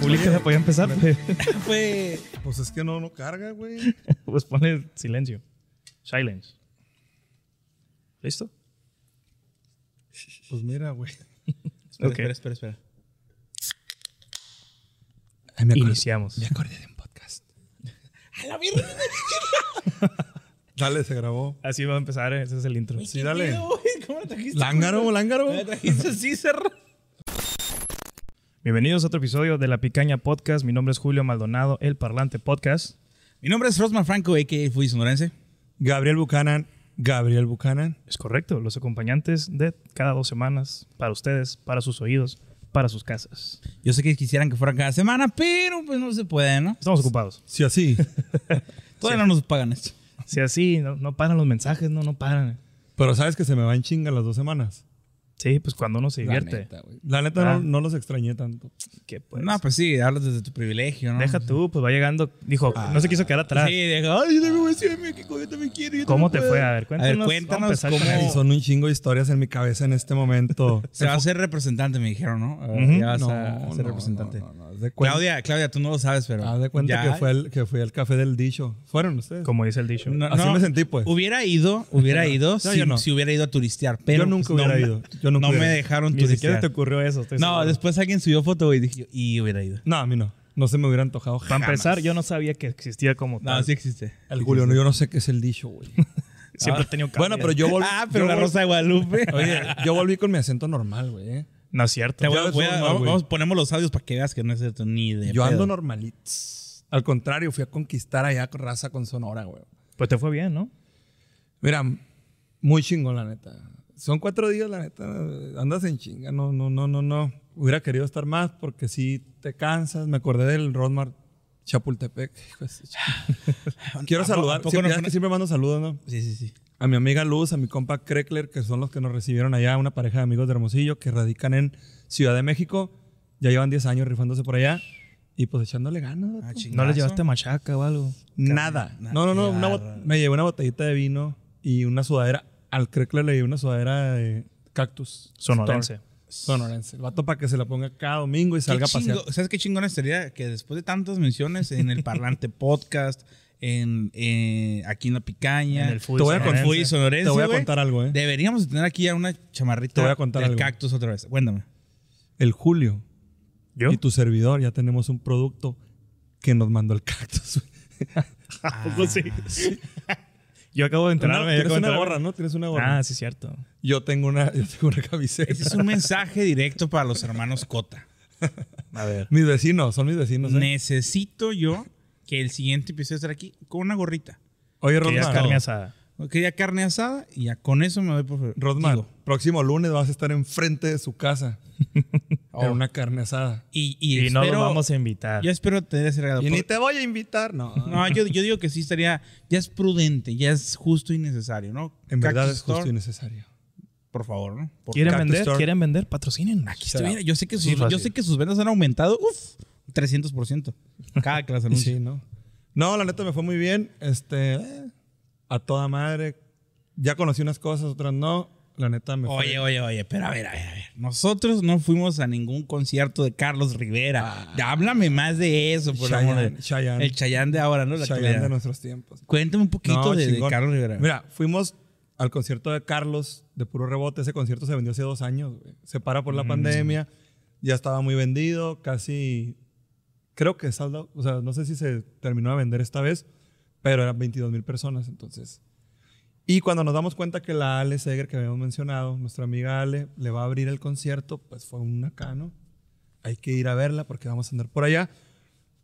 Publica, podía empezar. güey. Fue. Pues es que no, no carga, güey. Pues pone silencio. Silence. ¿Listo? Pues mira, güey. Espera, Ok. espera, espera, espera. Iniciamos. Me acordé de un podcast. ¡A la mierda! Dale, se grabó. Así va a empezar, ¿eh? ese es el intro. Sí, dale. ¿Cómo lo trajiste? Lángaro, lángaro. ¿Cómo lo trajiste así, cerro? Bienvenidos a otro episodio de La Picaña Podcast. Mi nombre es Julio Maldonado, el Parlante Podcast. Mi nombre es Rosmar Franco, a.k.a. Fui Sonorense. Gabriel Buchanan. Gabriel Buchanan. Es correcto, los acompañantes de cada dos semanas para ustedes, para sus oídos, para sus casas. Yo sé que quisieran que fuera cada semana, pero pues no se puede, ¿no? Estamos ocupados. Sí, así. Todavía no nos pagan esto. Si así, no, no paran los mensajes, no, no paran. Pero sabes que se me van chinga las dos semanas. Sí, pues cuando uno se La divierte. neta, güey. La neta Ah. no, no los extrañé tanto. ¿Qué, pues? No, pues sí, hablas desde tu privilegio, ¿no? Ah. Deja tú, pues va llegando. Dijo, no se quiso quedar atrás. Sí, deja. Ay, yo también voy a decirme que yo también quiero. yo ¿Cómo te también fue? puedo". A ver, cuéntanos. vamos a cuéntanos empezar con cómo- eso. Y son un chingo de historias en mi cabeza en este momento. Se va a hacer representante, me dijeron, ¿no? A ver, Ujú. Ya vas No, a ser no, representante. no, no, no. Haz de cuenta- Claudia, Claudia, tú no lo sabes, pero. Haz de cuenta ya. que fue, el, que fue el café del dicho. ¿Fueron ustedes? Como dice el dicho. No, Así no, me sentí, pues. Hubiera ido, hubiera ido, No, si, yo no. si hubiera ido a turistear, pero. Yo nunca pues, no hubiera me- ido. Yo nunca no hubiera me ido. dejaron Ni siquiera turistear. te ocurrió eso. estoy No, seguro. después alguien subió foto, güey, y dije, yo, y hubiera ido. No, a mí no. No se me hubiera antojado. Para jamás. empezar, yo no sabía que existía como No, tal. Ah, sí existe. El Julio, no, yo no sé qué es el dicho, güey. Ah, Siempre he tenido Bueno, pero yo volví. Ah, pero yo la vol- Rosa de Guadalupe. Oye, yo volví con mi acento normal, güey. eh. No es cierto. Te voy a- ya ves voy a- normal, vamos, güey. Pues vamos, ponemos los audios para que veas que no es cierto ni de. Yo ando pedo. normalitz. Al contrario, fui a conquistar allá con raza con Sonora, güey. Pues te fue bien, ¿no? Mira, muy chingón, la neta. Son cuatro días, la neta. Andas en chinga. No, no, no, no, no. Hubiera querido estar más porque si te cansas. Me acordé del Rosmar Chapultepec. hijo de su chingada. Quiero ¿A po- saludar. a poco Siempre, ya no fue que una- siempre mando saludos, ¿no? Sí, sí, sí. Ah, a mi amiga Luz, a mi compa Kreckler, que son los que nos recibieron allá, una pareja de amigos de Hermosillo que radican en Ciudad de México. Ya llevan 10 años rifándose por allá y pues echándole ganas. vato. Ah, chingazo. ¿No les llevaste machaca o algo? Nada. na- No, no, no. qué una bot- bárbaro. me llevé una botellita de vino y una sudadera. Al Kreckler le llevé una sudadera de cactus. Sonorense. Store. Sonorense. El vato para que se la ponga cada domingo y Qué salga a pasear. chingo- ¿Sabes qué chingón sería? Que después de tantas menciones en el Parlante Podcast, en, eh, aquí en La Picaña, En el fútbol Te voy a sonorense. con Fui Sonorense, Te voy a güey, contar algo, ¿eh? Deberíamos tener aquí a una chamarrita Te voy a contar del algo. cactus otra vez. Cuéntame. El Julio ¿Yo? y tu servidor ya tenemos un producto que nos mandó el cactus. güey. ¿A poco sí? yo acabo de Una- enterarme. yo tienes acabo de una enterarme. gorra, ¿no? Tienes una gorra. Ah, sí, cierto. Yo tengo una, yo tengo una Ese camiseta. es un mensaje directo para los hermanos Cota. A ver. Mis vecinos, son mis vecinos. ¿eh? Necesito yo que el siguiente episodio esté aquí con una gorrita. Oye, Que ya Rodman. carne asada. Quería carne asada y ya con eso me doy por favor. Rodman, próximo lunes vas a estar enfrente de su casa. Con una carne asada. Y, Y, y no lo espero- vamos a invitar. Yo espero tener ese regalo. Y por- ni te voy a invitar, no. No, yo, yo digo que sí estaría, ya es prudente, ya es justo y necesario, ¿no? en verdad Cactus es justo Store, y necesario. Por favor, ¿no? Por- ¿Quieren Cactus vender? Store. ¿Quieren vender? Patrocinen. Aquí estoy, mira, yo sé que sus, Sí, yo fácil. sé que sus ventas han aumentado, uff, 300%. Cada clase anuncio. Sí, ¿no? No, la neta me fue muy bien. Este, eh, a toda madre. Ya conocí unas cosas, otras no. La neta me fue Oye, oye, oye, pero a ver, a ver, a ver. Nosotros no fuimos a ningún concierto de Carlos Rivera. Háblame más de eso, por Ah. Chayanne, amor de Chayanne. El Chayán de ahora, ¿no? La Chayanne actualidad. de nuestros tiempos. Cuéntame un poquito No, de, de chingón. Carlos Rivera. Mira, fuimos al concierto de Carlos de puro rebote. Ese concierto se vendió hace dos años. güey. Se para por la Mm. pandemia. Ya estaba muy vendido. Casi. Creo que saldo. O sea, no sé si se terminó de vender esta vez. Pero eran 22 mil personas. Entonces. Y cuando nos damos cuenta que la Ale Seger que habíamos mencionado, nuestra amiga Ale, le va a abrir el concierto, pues fue un acano. Hay que ir a verla porque vamos a andar por allá.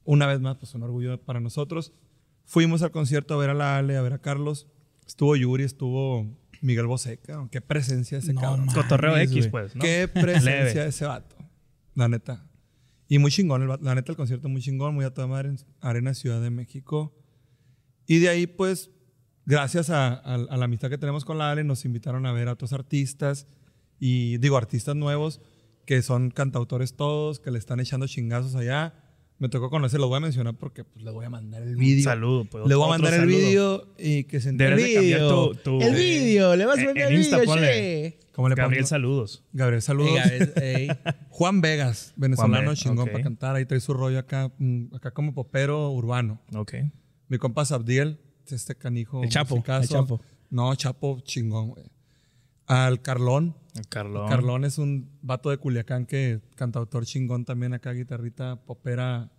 Una vez más, pues un orgullo para nosotros. Fuimos al concierto a ver a la Ale, a ver a Carlos. Estuvo Yuri, estuvo Miguel Boseca. Qué presencia ese No, cabrón. mames, Cotorreo güey. X, pues, ¿no? Qué Leve. presencia ese vato. La neta. Y muy chingón, el vato. la neta, el concierto muy chingón, muy a toda madre en Arena Ciudad de México. Y de ahí, pues, gracias a, a- a la amistad que tenemos con la Ale, nos invitaron a ver a otros artistas, y digo, artistas nuevos, que son cantautores todos, que le están echando chingazos allá. Me tocó conocer, los voy a mencionar porque pues, le voy a mandar el vídeo. Saludo, pues. Le voy a Otro mandar el saludo. vídeo y que se entere. Deberías de cambiar tu... tu- eh, el vídeo, le vas a en- mandar en el Insta vídeo, ponle. che. ¿Cómo le Gabriel, pongo? saludos. Gabriel, saludos. Ey, a ver, ey. Juan Vegas, venezolano Vegas, chingón ok. para cantar. Ahí trae su rollo acá, mm, acá como popero urbano. Ok. Mi compa Sabdiel, este canijo. El Chapo, musicazo. el Chapo. No, Chapo, chingón, güey. Al Carlón. Carlón. Carlón es un vato de Culiacán que cantautor chingón también acá, guitarrita, popera.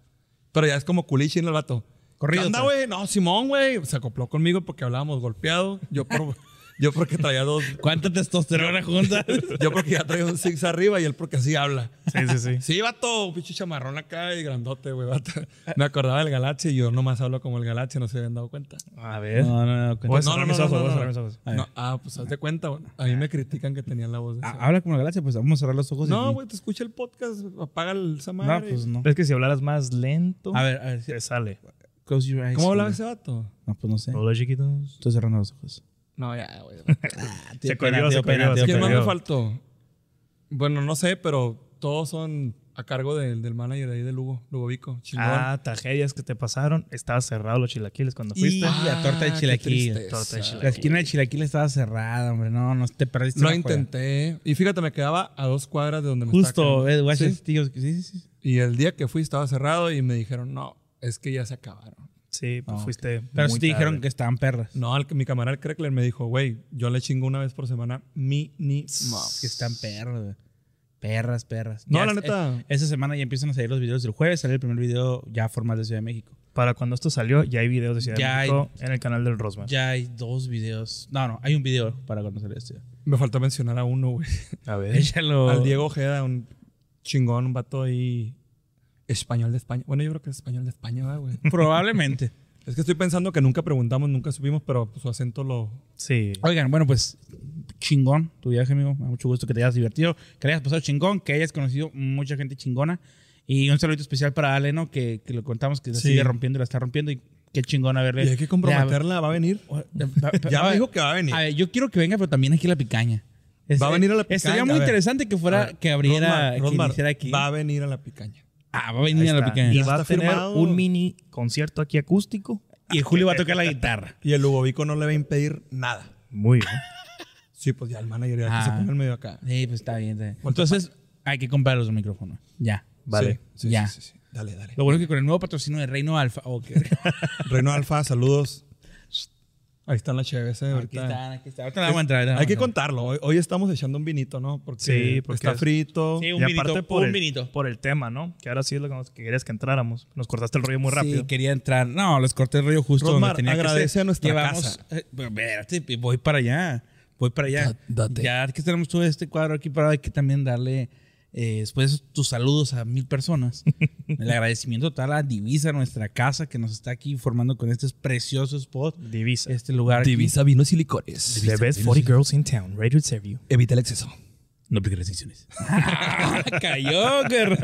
Pero ya es como culichín el vato. Corrido, ¿Qué onda, pues. güey? No, Simón, güey. Se acopló conmigo porque hablábamos golpeado. Yo, por- yo porque traía dos. ¿Cuánta testosterona juntas? Yo porque ya traía un six arriba y él porque así habla. Sí, sí, sí. Sí, vato, pinche chamarrón acá y grandote, güey, vato. Me acordaba del Galache y yo nomás hablo como el Galache, no se habían dado cuenta. A ver. no, Voy a no. cuenta. cerrar no, mis no, ojos, no, voy a no, cerrar no. mis ojos. No, ah, pues haz de cuenta, güey. a mí me critican que tenían la voz de ese. Ah, Habla como la galaxia, pues vamos a cerrar los ojos. y- No, güey, te escucha el podcast, apaga el esa No, madre. pues no. Es que si hablaras más lento, A ver, a ver. te sale. Close your eyes. ¿Cómo hablaba güey. ese Oh. vato? No, pues no sé. Hola, chiquitos. Estoy cerrando los ojos. No, ya, güey. Se cohibió, se cohibió, se ¿Quién más me perdió. faltó? Bueno, no sé, pero todos son a cargo del, del manager ahí de Lugo, Lugo Vico. Chingón. Ah, tragedias que te pasaron. Estaba cerrado los chilaquiles cuando Y fuiste. la torta de Ah, qué chilaquil. tristeza. Torta de chilaquil. La esquina de chilaquil estaba cerrada, hombre. No, no te perdiste. Lo una joya. intenté. Y fíjate, me quedaba a dos cuadras de donde me Justo, estaba quedando. eh, güey, Pues, Sí. esos tíos que- sí, sí, sí. Y el día que fui estaba cerrado y me dijeron, no, es que ya se acabaron. Sí, pues Ah, ok. fuiste. Pero muy sí te dijeron tarde. que estaban perras. No, al- mi camarada el Crackler me dijo, güey, yo le chingo una vez por semana mínimo. Que están perras, güey. Perras, perras. No, Ya la es- neta. eh, esa semana ya empiezan a salir los videos. El jueves sale el primer video ya formal de Ciudad de México. Para cuando esto salió, ya hay videos de Ciudad Ya de hay- México en el canal del Rosman. Ya hay dos videos. No, no, hay un video para conocer este esto. Me faltó mencionar a uno, güey. A ver. Échalo. Al Diego Ojeda, un chingón, un vato ahí español de España. Bueno, yo creo que es español de España, ¿verdad, güey. Probablemente. Es que estoy pensando que nunca preguntamos, nunca supimos, pero pues, su acento lo... Sí. Oigan, bueno, pues chingón tu viaje, amigo. Me da mucho gusto que te hayas divertido, que le hayas pasado chingón, que hayas conocido mucha gente chingona. Y un saludo especial para Aleno, que, que lo contamos, que la Sí. sigue rompiendo y la está rompiendo. Y qué chingón haberle. Y hay que comprometerla, va a venir. Ya me dijo que va a venir. A ver, yo quiero que venga, pero también aquí la picaña. Este, Va a venir a la picaña. Estaría A muy ver. interesante que fuera, A ver, que abriera, Rosmar, que Rosmar, iniciara aquí. Va a venir a la picaña. ah, va a Ahí venir a la está. picaña. Y Y, va a está tener firmado. un mini concierto aquí acústico. el Julio va a tocar la guitarra. Y el Lugovico no le va a impedir nada. Muy bien. Sí, pues ya el manager ya que Ah. se pone en medio acá. Sí, pues está bien. está bien. Entonces, hay que comprar los micrófonos. Ya. Vale. Sí, sí, Ya. sí, sí, sí. Dale, dale. Lo bueno es que con el nuevo patrocinio de Reino oh, Alfa. ok. Reino Alfa, saludos. Ahí están las chéves, eh, Aquí ahorita. están, aquí están. Ahorita la vamos a entrar. ahorita la Hay vamos a que entrar. contarlo. Hoy, hoy estamos echando un vinito, ¿no? Porque, Sí, porque está es- frito. Sí, Sí, un y vinito, aparte por, un el, vinito. por el tema, ¿no? Que ahora sí es lo que nos- que querías que entráramos. Nos cortaste el rollo muy rápido. Sí, quería entrar. No, les corté el rollo justo Rosmar, donde tenía que agradece ser. a nuestra Llevamos- casa. eh, pero espérate, pi- voy para allá. Voy para allá. Da- date. Ya que tenemos todo este cuadro aquí para hay que también darle eh, después tus saludos a mil personas. el agradecimiento total a Divisa, nuestra casa, que nos está aquí formando con este precioso spot. Divisa. Este lugar. aquí. vinos y licores. The best 40 girls in town. Ready to serve you. Evita el exceso. No aplique restricciones. Cayó, perro.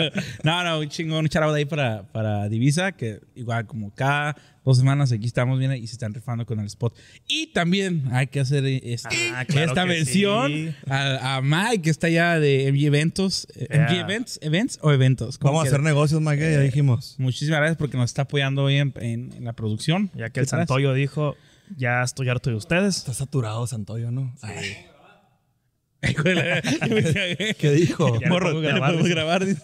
No, no, un chingón, un charado de ahí para, para Divisa, que igual como cada dos semanas aquí estamos bien y se están rifando con el spot. Y también hay que hacer este- Ah, claro esta que mención sí. a, a Mike, que está allá de MG Eventos. Eh, Yeah. ¿MG Events? ¿Events o Eventos? Como Vamos a hacer quieras. negocios, Mike, ya dijimos. Muchísimas gracias porque nos está apoyando hoy en, en- en la producción. Ya que el ¿Qué tal? Santoyo dijo, ya estoy harto de ustedes. Está saturado Santoyo, ¿no? Ay, Yo me cagué. ¿Qué dijo? Ya. Morro, no ya no podemos podemos grabar, dice.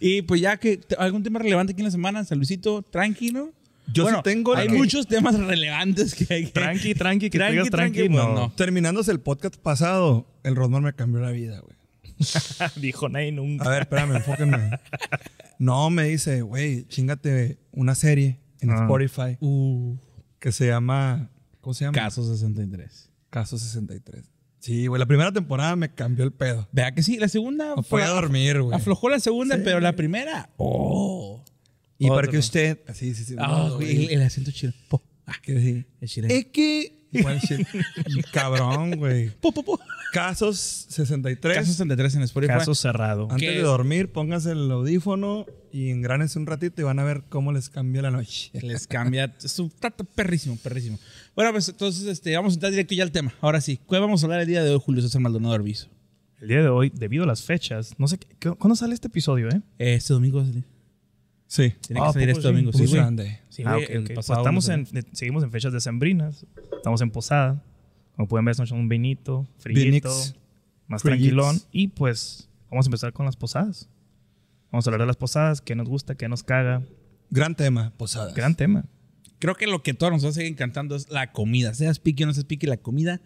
y pues ya que te- algún tema relevante aquí en la semana, San Luisito, tranquilo. Yo sí tengo la Hay que- muchos temas relevantes que hay que. Tranqui, tranqui, que tranqui, Tranqui, tranqui, tranqui. pues, no. no. Terminándose el podcast pasado, el Rosmar me cambió la vida, güey. dijo Ney nunca. A ver, espérame, enfóquenme. No, me dice, güey, chingate una serie en Ah. Spotify Uh, que se llama... ¿Cómo se llama? caso 63. Caso 63. Sí, güey, la primera temporada me cambió el pedo. Vea que sí, la segunda. No fue- podía dormir, güey. aflojó la segunda, pero la primera. Oh. Y para Otro. que usted... Sí, sí, sí. Ah, No, güey, el, el acento chino. Po. Ah, Que sí. el chileno. Es que... Igual shit. Cabrón, güey. Po, po, po. Casos 63. Caso 63 en Spotify. Caso cerrado. Antes ¿Qué? de dormir, póngase el audífono y engranense un ratito y van a ver cómo les cambia la noche. Les cambia. Es un trato perrísimo, perrísimo. Bueno, pues entonces este, vamos a entrar directo ya al tema. Ahora sí, ¿cuál vamos a hablar el día de hoy, Julio César Maldonado Arbizo? El día de hoy, debido a las fechas, no sé, qué- qué- ¿cuándo sale este episodio, eh? Este domingo va a salir. Sí. Tiene Ah, que salir ¿poco sí? este domingo, sí, Puso güey. grande. Sí, Ah, güey, ok, el ok. Pues pasado estamos vamos a- en, seguimos en fechas decembrinas, estamos en posada. Como pueden ver, son un vinito, frillito, Vinix. más Frillix. tranquilón. Y pues vamos a empezar con las posadas. Vamos a hablar de las posadas, qué nos gusta, qué nos caga. Gran tema, posadas. Gran tema. Creo que lo que todos nos va a seguir encantando es la comida. Seas pique o no seas pique, la comida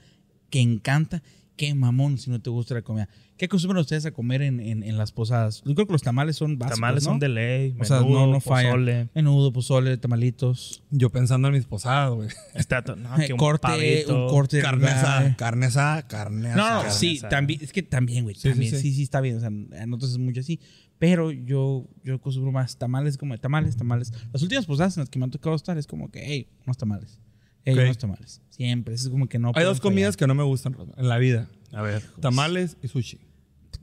que encanta. Qué mamón si no te gusta la comida. ¿Qué acostumbran ustedes a comer en, en- en las posadas? Yo creo que los tamales son básicos, Tamales ¿no? son de ley, menudo, O sea, no, no falla. pozole, Menudo, pozole, tamalitos. Yo pensando en mis posadas, güey. está to- no, Eh, que un corte, pavito. un corte. de Carne asada, verdad. carne asada, carne No, no, asada. sí, asada. también, es que también, güey, Sí, sí, también, sí, sí. sí, está bien, o sea, a nosotros es mucho así, pero yo, yo consumo más tamales, como tamales, tamales. Las últimas posadas en las que me han tocado estar es como que, hey, unos tamales, hey, Ok. unos tamales, siempre, eso es como que no. Hay pueden dos comidas fallar. que no me gustan Rosman, en la vida. A ver. Tamales y sushi.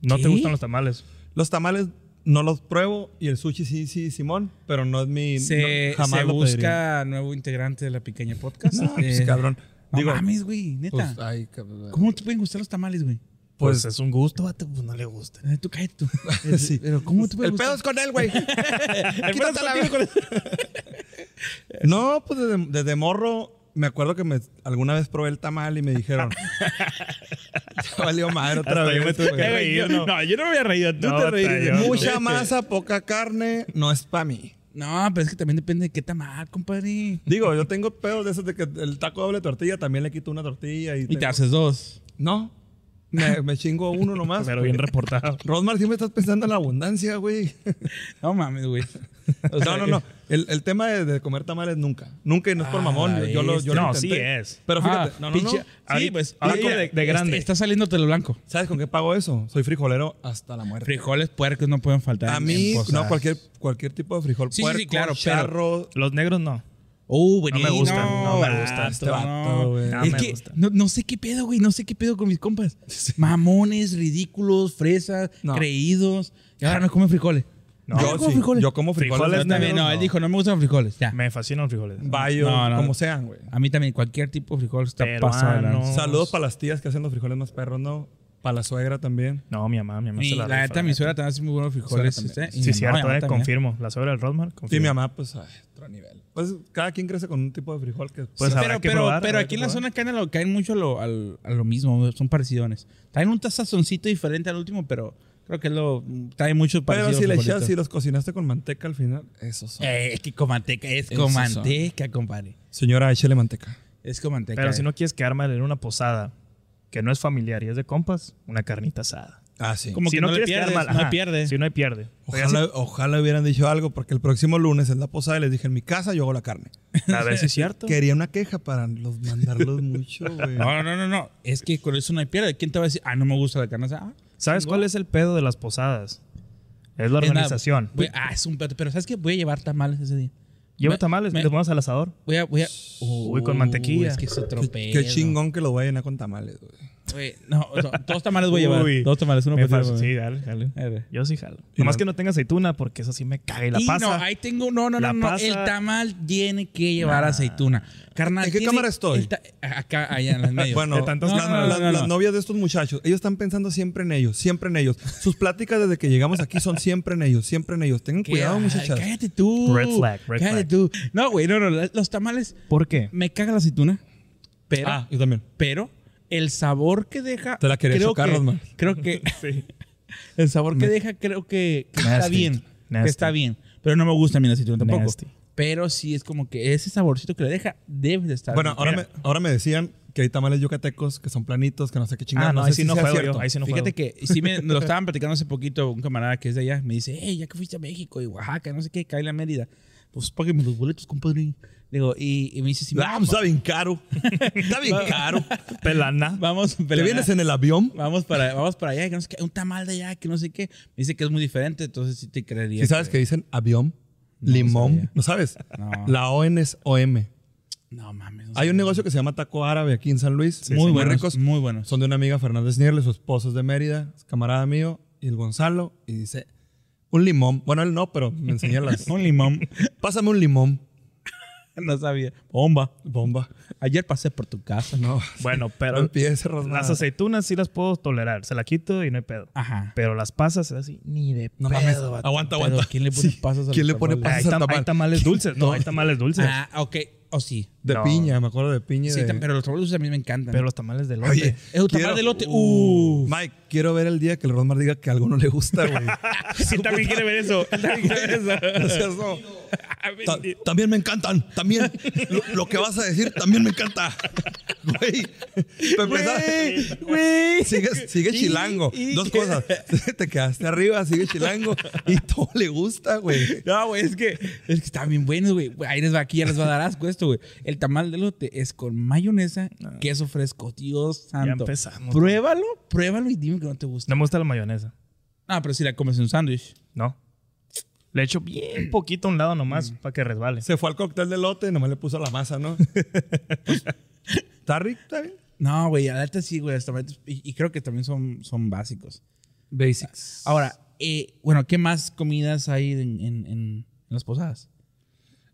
No ¿Qué? te gustan los tamales. Los tamales no los pruebo y el sushi sí, sí, Simón, pero no es mi... Se, no, jamás se lo pediría. busca nuevo integrante de la pequeña podcast. No, pues, Eh, cabrón. no Digo, mames, güey, neta. pues, ay, cabrón. ¿Cómo te pueden gustar los tamales, güey? Pues, Pues, es un gusto, vato, pues no le gusta. Eh, Tú cállate tú. Sí. Pero ¿cómo te pueden el pedo es con él, güey. El quítate la No, pues desde, desde morro me acuerdo que me, alguna vez probé el tamal y me dijeron. ya valió madre otra Hasta vez. yo me tuve que güey. reír. yo, no. yo no me había reído. Tú No, te está reíste. yo. Mucha masa, poca carne, no es para mí. No, pero es que también depende de qué tamal, compadre. Digo, yo tengo pedos de esos de que el taco doble tortilla también le quito una tortilla y, Y te tengo- haces dos. No, me, me chingo uno nomás. Pero bien reportado. Rosmar, siempre estás pensando en la abundancia, güey. No mames, güey. O sea, No, no, no. El, el tema de, de comer tamales nunca. Nunca y no es por Ah, mamón. Yo, yo lo, yo lo No, intenté. sí es. Pero fíjate, ah, no, no, pinche- no. Sí, Ahorita- pues. ahorita mira, de- de grande. Está, está saliéndote lo blanco. ¿Sabes con qué pago eso? Soy frijolero hasta la muerte. Frijoles puercos no pueden faltar. A en- mí, en posadas. no, cualquier, cualquier tipo de frijol. Sí, sí, sí, puerco, claro, pero- charro. Los negros no. Uh, buenísimo. me gustan, no me gustan. Este vato, güey. No es me que gustan. no, no sé qué pedo, güey. No sé qué pedo con mis compas. Mamones, ridículos, fresas, No. creídos. Y ahora no comen frijoles. No. Yo yo, como sí, frijoles. yo como frijoles. Frijoles negros, también, no, él dijo, no me gustan frijoles. Ya. Me fascinan los frijoles. Bayos, No, no. como sean, güey. A mí también, cualquier tipo de frijol está Peruano. pasado. de lanza. Saludos para las tías que hacen los frijoles más perros, ¿no? Para la suegra también. No, mi mamá, mi mamá Mi- se la la rifa, neta, mi suegra también hace muy buenos frijoles. Suegra también. ¿sí? Y Sí, mi mamá, mi cierto, mamá eh, también. confirmo. La suegra del Rodman, Y mi confirmo. mamá, pues, ay, otro nivel. Pues cada quien crece con un tipo de frijol que... Pues, Sí, habrá pero, que pero, probar, pero habrá aquí que en la probar. zona caen, a lo, caen mucho a lo, al- a lo mismo, son parecidones. Traen un tazazoncito diferente al último, pero creo que es lo trae mucho parecido. pero si le echas, los frijolitos. si los cocinaste con manteca al final, eso son. Eh, es que con manteca, es Esos con son. manteca, compadre. Señora, échele manteca. Es con manteca. Pero eh. si no quieres quedar mal en una posada que no es familiar y es de compas, una carnita asada. Ah, sí. Como si que no, le pierdes, no le ajá. pierdes. Si no hay pierde. Porque Ojalá, ojalá hubieran dicho algo, porque el próximo lunes es la posada y les dije, en mi casa yo hago la carne. así- A ver si es cierto. Quería una queja para los mandarlos mucho, güey. No, no, no, no. Es que con eso no hay pierde. ¿Quién te va a decir, ah, no me gusta la carne asada? Ah, ¿Sabes cuál es el pedo de las posadas? Es la es nada. organización. Voy- ah, es un plato. Pero ¿sabes qué? Voy a llevar tamales ese día. Lleva me- tamales, me- los vamos al asador. Voy a, voy a. Uy, con mantequilla. Es que es otro Qué, pedo. qué chingón que lo vayan a con tamales, güey. Güey, No, no, dos tamales voy a llevar. Uy, dos tamales, uno me para ti, fal- uno para Sí, mí. dale, dale. A ver. Yo sí jalo. Y Nomás la- que no tenga aceituna porque eso sí me caga. Y la y pasa. no, ahí tengo, no, no, La no, no, pasa. el tamal tiene que llevar aceituna. Carnal, ¿En qué tiene- cámara estoy? el ta- acá, allá en las medias. Bueno, De tantas las- cámaras. las- No, no, no. las novias de estos muchachos, ellos están pensando siempre en ellos, siempre en ellos. Sus pláticas desde que llegamos aquí son siempre en ellos, siempre en ellos. Tengan Qué cuidado, va- muchachas. Cállate tú. Red flag, red cállate flag. tú. No, güey, no, no, la- los tamales, ¿Por qué? me caga la aceituna, pero, Ah, yo también. pero el sabor que deja... Te la quería creo chocar, que- Rosmar. Creo que... El sabor que Me- deja creo que, que está Nasty. bien. Que Nasty. está bien. Pero no me gusta a mí la aceituna tampoco. Nasty. Pero sí es como que ese saborcito que le deja debe de estar Bueno, bien. ahora Mira, me, ahora me decían que hay tamales yucatecos que son planitos, que no sé qué chingados. Ah, no, sé ahí sí si no sea juego cierto. yo. Ahí sí no Fíjate juego. que sí me lo estaban platicando hace poquito un camarada que es de allá. Me dice, hey, ya que fuiste a México y Oaxaca, no sé qué, cae la Mérida. Pues págueme los boletos, compadre. Digo, y, y me dice, sí, Ah, pues vamos, está bien caro. Está bien caro. Pelana. vamos, ¿Te pero vienes en el avión? vamos para, vamos para allá, que no sé qué, un tamal de allá, que no sé qué. Me dice que es muy diferente, entonces sí te creería. Si sabes que dicen avión, No limón, sabía. ¿no sabes? No. La ON es OM. No mames. no Hay un sé. negocio que se llama Taco Árabe aquí en San Luis. muy son buenos, ricos. muy buenos. Son de una amiga Fernández Nierle, su esposo es de Mérida, es camarada mío, y el Gonzalo, y dice, un limón. Bueno, él no, pero me enseña las... Un limón. Pásame un limón. no sabía. Bomba. Bomba. Ayer pasé por tu casa. No, Bueno, no pero empiece, Rosmar. las aceitunas sí las puedo tolerar. Se la quito y no hay pedo. Ajá. Pero las pasas es así, ni de No mames. pedo. Ah, vato. Aguanta, Pero, aguanta. ¿quién le pone pasas a ¿Quién los le pone tamales? Hay, pasas tam- al hay tamal? tamales dulces. No, hay tamales dulces. Ah, ok. ¿O sí? De No. piña, me acuerdo de piña. y Sí, de- tam- pero los trolls a mí me encantan. Pero los tamales de lote. Oye, es quiero- un tamal de lote. Uh. Mike, quiero ver el día que el Rosmar diga que algo no le gusta, güey. Ah, Sí, también quiere ver eso. Él también quiere ver O eso. sea, no. Ah, Ta- bendito. también me encantan, también. Lo, lo que vas a decir también me encanta. Güey, para empezar, güey. sigue, sigue Y- chilango. y- Dos cosas. Te quedaste arriba, sigue chilango y todo le gusta, güey. No, güey, es que, es que están bien buenos, güey. Güey, Ahí les va, aquí ya les va a dar asco esto, güey. El tamal de lote es con mayonesa, queso fresco, Dios santo. empezamos. Pruébalo, pruébalo y dime que no te gusta. No me gusta la mayonesa. Ah, pero si la comes en un sándwich. No. Le echo bien poquito a un lado Mm. nomás para que resbale. Se fue al cóctel de lote, nomás le puso la masa, ¿no? ¿Está rico? ¿Está bien? No, güey, a la alta sí, güey. los tamalitos- Y, y creo que también son, son básicos. Basics. Ahora, eh, bueno, ¿qué más comidas hay en, en- en- en las posadas?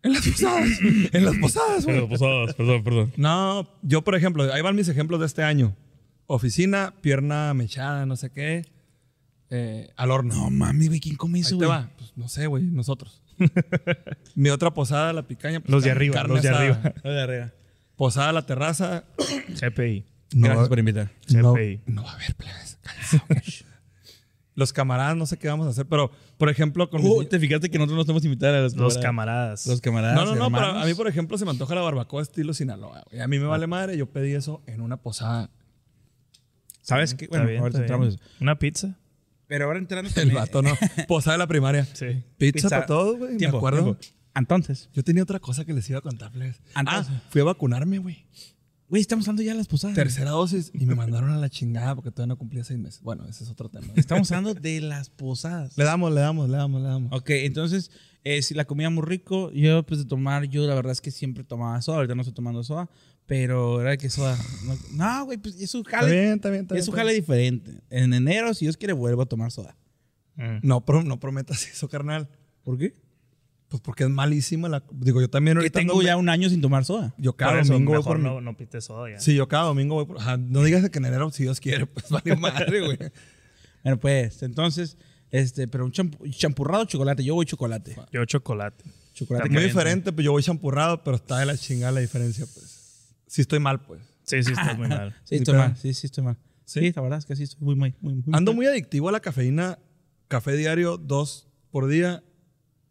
En las posadas. En las posadas, güey. posadas, pues, ah, perdón, perdón. No, yo por ejemplo, ahí van mis ejemplos de este año. Oficina, pierna mechada, no sé qué. eh, al horno. No mames, güey, ¿quién come ahí eso, te güey? va. Pues, no sé, güey, nosotros. Mi otra posada, la picaña. pues, Los de carne- arriba, carne los de asada. arriba. Lo de arriba. Posada, la terraza. GPI. Gracias por invitar. no, CPI. no va a haber plebes. Cállense. Los camaradas, no sé qué vamos a hacer, pero por ejemplo, con. mis Oh, ni- ¿Te fijaste que nosotros nos estamos invitar a las Los camaradas? camaradas. Los camaradas. no, no, no, pero hermanos. a mí, por ejemplo, se me antoja la barbacoa estilo Sinaloa, güey. A mí me vale madre, yo pedí eso en una posada. ¿Sabes Mm, qué? Está Bueno, bien, ahorita está entramos. bien. Una pizza. Pero ahora entrando El vato, ¿no? Posada de la primaria. Sí. Pizza, para todos, güey. Me Tiempo, acuerdo. tiempo. Entonces, Yo tenía otra cosa que les iba a contarles. Entonces. ah, fui a vacunarme, güey. güey, estamos dando ya las posadas. Tercera dosis y me mandaron a la chingada porque todavía no cumplía seis meses. Bueno, ese es otro tema. Estamos hablando de las posadas. le damos, le damos, le damos, le damos. Ok, entonces, eh, si la comida muy rico, yo pues de tomar, yo la verdad es que siempre tomaba soda, ahorita no estoy tomando soda, pero era que soda. No, no, güey, pues es un Está jale, bien, está bien, está bien. es un está jale bien. diferente. En enero, si Dios quiere, vuelvo a tomar soda. Mm. No, pro- no prometas eso, carnal. ¿Por qué? Pues porque es malísima la... Digo, yo también Porque ahorita tengo ando- ya un año sin tomar soda. Yo Por cada eso, domingo voy mejor por... mi- no, no pites soda ya. Sí, yo cada domingo voy por... Ajá, no digas que en enero, si Dios quiere, pues vale madre, güey. Bueno, pues, entonces, este, pero un champu- champurrado o chocolate, yo voy chocolate. Yo chocolate. Chocolate Muy caliente. diferente, pues yo voy champurrado, pero está de la chingada la diferencia, pues. Sí estoy mal, pues. Sí, sí, estás muy mal. Sí, Ni estoy pedo. mal, sí, sí, estoy mal. Sí, la verdad es que sí, estoy muy mal. Muy, muy Ando mal. muy adictivo a la cafeína. Café diario, dos por día.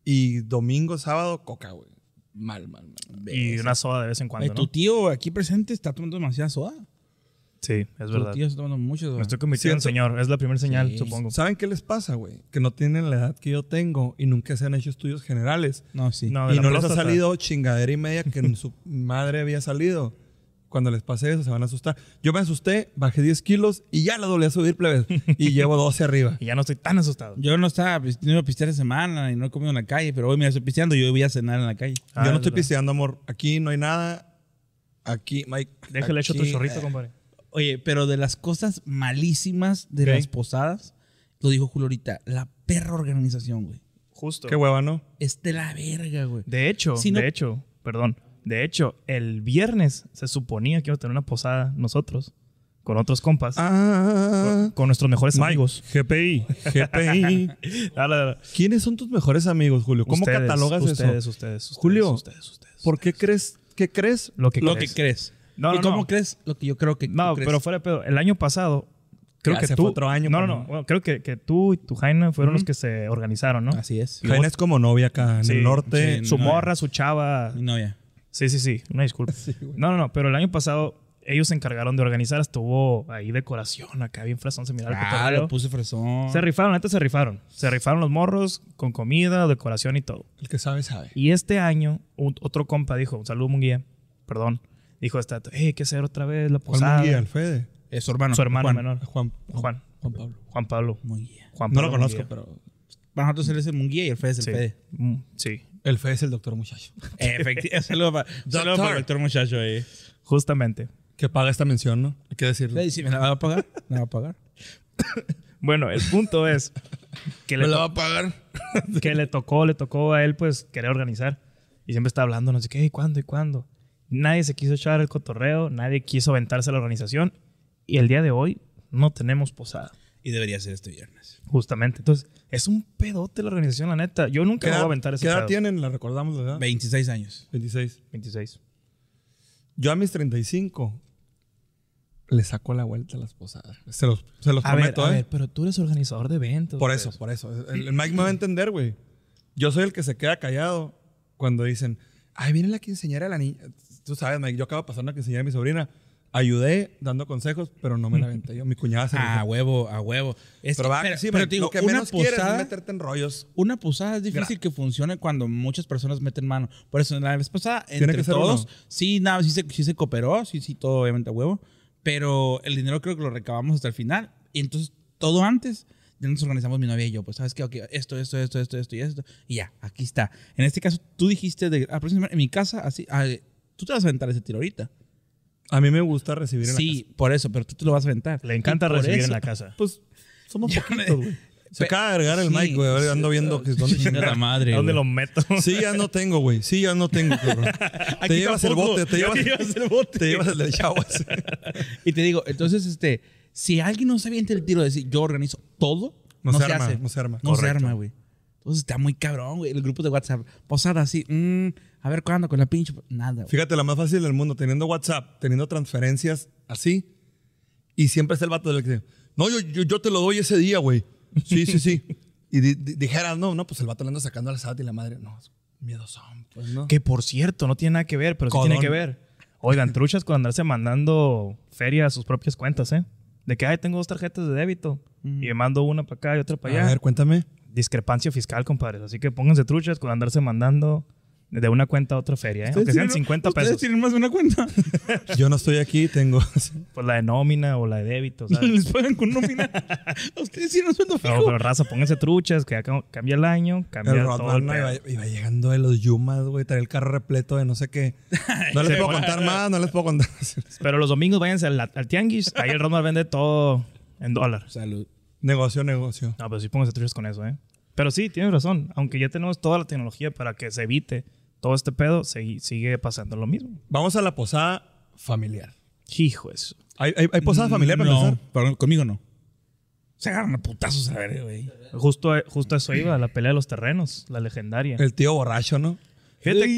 Y domingo, sábado, coca, güey. Mal, mal, mal. Y una soda de vez en cuando, Oye, Eh, Tu ¿no? tío aquí presente está tomando demasiada soda. Sí, es Tu verdad. tío está tomando mucho soda. Me estoy convirtiendo en Siento- señor. Es la primera señal, Sí. supongo. ¿Saben qué les pasa, güey? Que no tienen la edad que yo tengo y nunca se han hecho estudios generales. No, sí. No, de Y la no les ha próstata. salido chingadera y media que en su madre había salido. Cuando les pase eso, se van a asustar. Yo me asusté, bajé 10 kilos y ya la doble a subir, plebes. Y llevo 12 arriba. Y ya no estoy tan asustado. Yo no estaba, pues, no iba a pistear esa semana y no he comido en la calle, pero hoy me estoy pisteando y yo voy a cenar en la calle. Ah, yo no es estoy verdad. pisteando, amor. Aquí no hay nada. Aquí, Mike. Déjale hecho tu aquí- eh. chorrito, compadre. Oye, pero de las cosas malísimas de Ok. las posadas, lo dijo Julio ahorita, la perra organización, güey. Justo. eh, Qué hueva, ¿no? Es de la verga, güey. De hecho, Si no- de hecho, perdón. De hecho, el viernes se suponía que íbamos a tener una posada nosotros con otros compas, Ah, con, con nuestros mejores amigos. GPI. GPI. Ah, Dale, dale. ¿Quiénes son tus mejores amigos, Julio? ¿Cómo Ustedes, catalogas ustedes, eso? Ustedes, ustedes, Julio, ustedes, ustedes. ¿Por qué crees? ¿Qué crees? Lo que lo crees. que crees. No, ¿Y no, cómo no. crees? Lo que yo creo que tú No, crees. pero fuera de pedo. El año pasado, creo Ya que se tú. fue otro año, no, no, pero no. no. Bueno, creo que, que tú y tu Jaina fueron los que se organizaron, ¿no? Así es. Jaina es como novia acá Ah, en Sí, el norte. sí. Su no. morra, su chava. Mi novia. Sí, sí, sí. Una disculpa. no, no, no. Pero el año pasado ellos se encargaron de organizar. Estuvo ahí decoración acá, bien fresón. Se miraba el Ah, cotorreo. lo puse fresón. Se rifaron, neta se rifaron. Se rifaron los morros con comida, decoración y todo. El que sabe, sabe. Y este año, un- otro compa dijo, un saludo Munguía, perdón, dijo, este está, hey, hay que hacer otra vez la ¿Cuál posada. guía? ¿El Fede? Es su hermano. Su hermano Juan. menor, Juan, Juan, Juan Pablo. Juan Pablo. Munguía. Juan No Pablo lo conozco, Munguía. pero Para nosotros él es el Munguía y el Fede es el Sí. Fede. Mm, sí, el Fede es el doctor muchacho. Efectivamente. Saludos para, saludo para el Eh, doctor muchacho ahí. justamente. Que paga esta mención, ¿no? Hay que decirlo. Fede, si me la va a pagar, me la va a pagar. Bueno, el punto es que le, Me la va a pagar. to- que le tocó, le tocó a él pues querer organizar. Y siempre está hablando, no sé qué, ¿y cuándo? ¿Y cuándo? Nadie se quiso echar el cotorreo, nadie quiso aventarse a la organización. Y el día de hoy no tenemos posada. Y debería ser este viernes. Justamente. Entonces, es un pedote la organización, la neta. Yo nunca ¿Qué me voy a edad, aventar ese qué edad pedo. tienen? La recordamos, ¿verdad? 26 años. 26. 26. Yo a mis 35 le saco la vuelta a las posadas. Se los, se los A prometo, ver, a ¿eh? ver, pero tú eres organizador de eventos. Por pues. eso, por eso. El, el Mike me va a entender, güey. Yo soy el que se queda callado cuando dicen, ay, viene la quinceañera de la niña. Tú sabes, Mike, yo acabo de pasar una quinceañera de mi sobrina. Ayudé dando consejos, pero no me la aventé yo. Mi cuñada se lo A hizo. huevo, a huevo. Ah, Es Pero, que- va, pero- sí, pero Mike, te digo, lo que una menos quieres es posada- meterte en rollos. Una posada es difícil que funcione cuando muchas personas meten mano. Por eso, la vez pasada, Tiene entre que ser todos, uno. sí, nada, sí se, sí se cooperó, sí, sí, todo obviamente a huevo. Pero el dinero creo que lo recabamos hasta el final. Y entonces, todo antes, ya nos organizamos mi novia y yo. Pues, ¿sabes qué? Ok, esto, esto, esto, esto, esto y esto. Y ya, aquí está. En este caso, tú dijiste, de, aproximadamente, en mi casa, así, ah, tú te vas a aventar ese tiro ahorita. A mí me gusta recibir en la Sí, por eso, pero tú te lo vas a aventar. Le encanta Y por recibir eso- en la casa. casa. Pues somos Yo- poquitos, güey. Se Pe- acaba de agregar el Sí. Mike, güey. ahora Ando viendo que dónde Chinga la chingar. madre. ¿A dónde güey. lo meto? Sí, ya no tengo, güey. Sí, ya no tengo, cabrón. te llevas tampoco. el bote, te Yo te llevas, llevas el bote. Te llevas el del Chaguas. Y te digo, entonces, este, si alguien no se avienta el tiro de decir, yo organizo todo, no, se, arma, hace. no se arma. No se Correcto. arma, güey. Entonces está muy cabrón, güey. El grupo de WhatsApp, posada así, mm, a ver cuándo, con la pinche. Nada, güey. ¿Eh? Fíjate, la más fácil del mundo, teniendo WhatsApp, teniendo transferencias así. Y siempre es el vato del que dice, no, yo, yo, yo te lo doy ese día, güey. Sí, sí, sí. y di- di- dijeras, no, no, pues el vato le anda sacando al SAT y la madre, no, miedos son, pues no. Que por cierto, no tiene nada que ver, pero sí tiene Codón. que ver. Oigan, truchas con andarse mandando feria a sus propias cuentas, ¿eh? De que, ay, tengo dos tarjetas de débito y me mando una para acá y otra para A allá. ver, cuéntame. Discrepancia fiscal, compadres. Así que pónganse truchas con andarse mandando de una cuenta a otra feria, ¿eh? Aunque sean 50 ¿Ustedes pesos. tienen más de una cuenta. Yo no estoy aquí, tengo... Pues la de nómina o la de débito, ¿sabes? Les pagan con nómina. A Ustedes tienen un sueldo fijo. No, pero raza, pónganse truchas, que ya ca- cambia el año, cambia El todo el Rottweiler pedo. iba, iba llegando de los Yumas, güey, traía el carro repleto de no sé qué. No les Se puedo pone- contar más, no les puedo contar. Pero los domingos váyanse al, al tianguis, ahí el Rottweiler vende todo en dólares. Salud. negocio, negocio. No, pero sí pónganse truchas con eso, ¿eh? Pero sí, tienes razón. Aunque ya tenemos toda la tecnología para que se evite todo este pedo, se- sigue pasando lo mismo. Vamos a la posada familiar. Hijo eso. ¿Hay, hay, hay Mm, posada familiar para No, empezar? pero conmigo no. Se agarran a putazos a ver, güey. Justo, justo a eso iba, la pelea de los terrenos, la legendaria. El tío borracho, ¿no? Fíjate,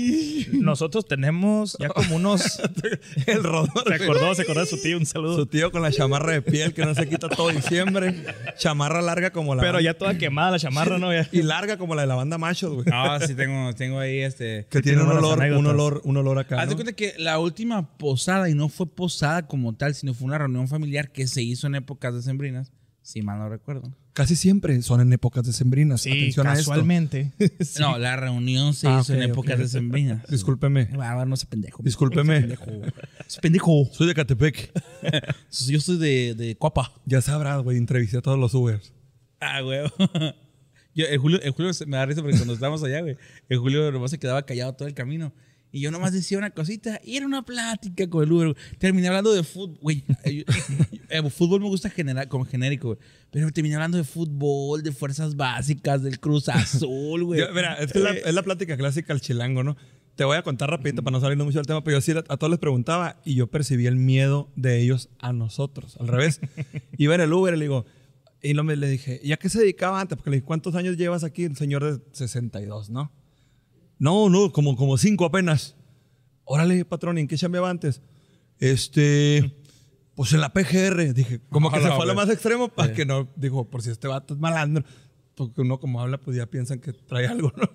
nosotros tenemos ya como unos... Se El Rodolfo. acordó, se acordó de su tío, un Su saludo. tío con la chamarra de piel que no se quita todo diciembre. Chamarra larga como la. Pero banda- ya toda quemada la chamarra, ¿no? Ya. Y larga como la de la banda Machos, güey. No, sí tengo, tengo ahí este. Que tiene un buenas olor, un anécdotas. olor, un olor acá. Haz de ¿no? cuenta que la última posada, y no fue posada como tal, sino fue una reunión familiar que se hizo en épocas decembrinas, si mal no recuerdo. Casi siempre son en épocas decembrinas. Sí, Atención a esto. casualmente. No, la reunión se Ah, hizo ok, en épocas ok. decembrinas. Discúlpeme. Ah, no se pendejo. Discúlpeme. Ese pendejo. Ese pendejo. Soy de Catepec. Yo soy de, de Coapa. Ya sabrás, güey. Entrevisté a todos los Ubers. Ah, huevo. Yo, el Julio, el Julio se- me da risa porque cuando estábamos allá, güey, el Julio nomás se quedaba callado todo el camino. Y yo nomás decía una cosita y era una plática con el Uber. güey. Terminé hablando de fútbol, güey. Eh, yo- eh, fútbol me gusta general, como genérico, güey. Pero terminé hablando de fútbol, de fuerzas básicas, del Cruz Azul, güey. Eh, Yo- mira, es, que es la, es la plática clásica al chilango, ¿no? Te voy a contar rapidito para no salirnos mucho del tema, pero yo sí a todos les preguntaba y yo percibí el miedo de ellos a nosotros, al revés. Iba en el Uber y le digo, y lo, me- le dije, ¿y a qué se dedicaba antes? Porque le dije, ¿cuántos años llevas aquí? Un señor de 62, ¿no? No, no, como, como cinco apenas. Órale, patrón, ¿y ¿en qué chambeaba antes? Este, pues en la PGR. Dije, como que Ojalá, se fue a lo güey. más extremo para que no, dijo, por si este vato es malandro. Porque uno como habla, pues ya piensan que trae algo, ¿no?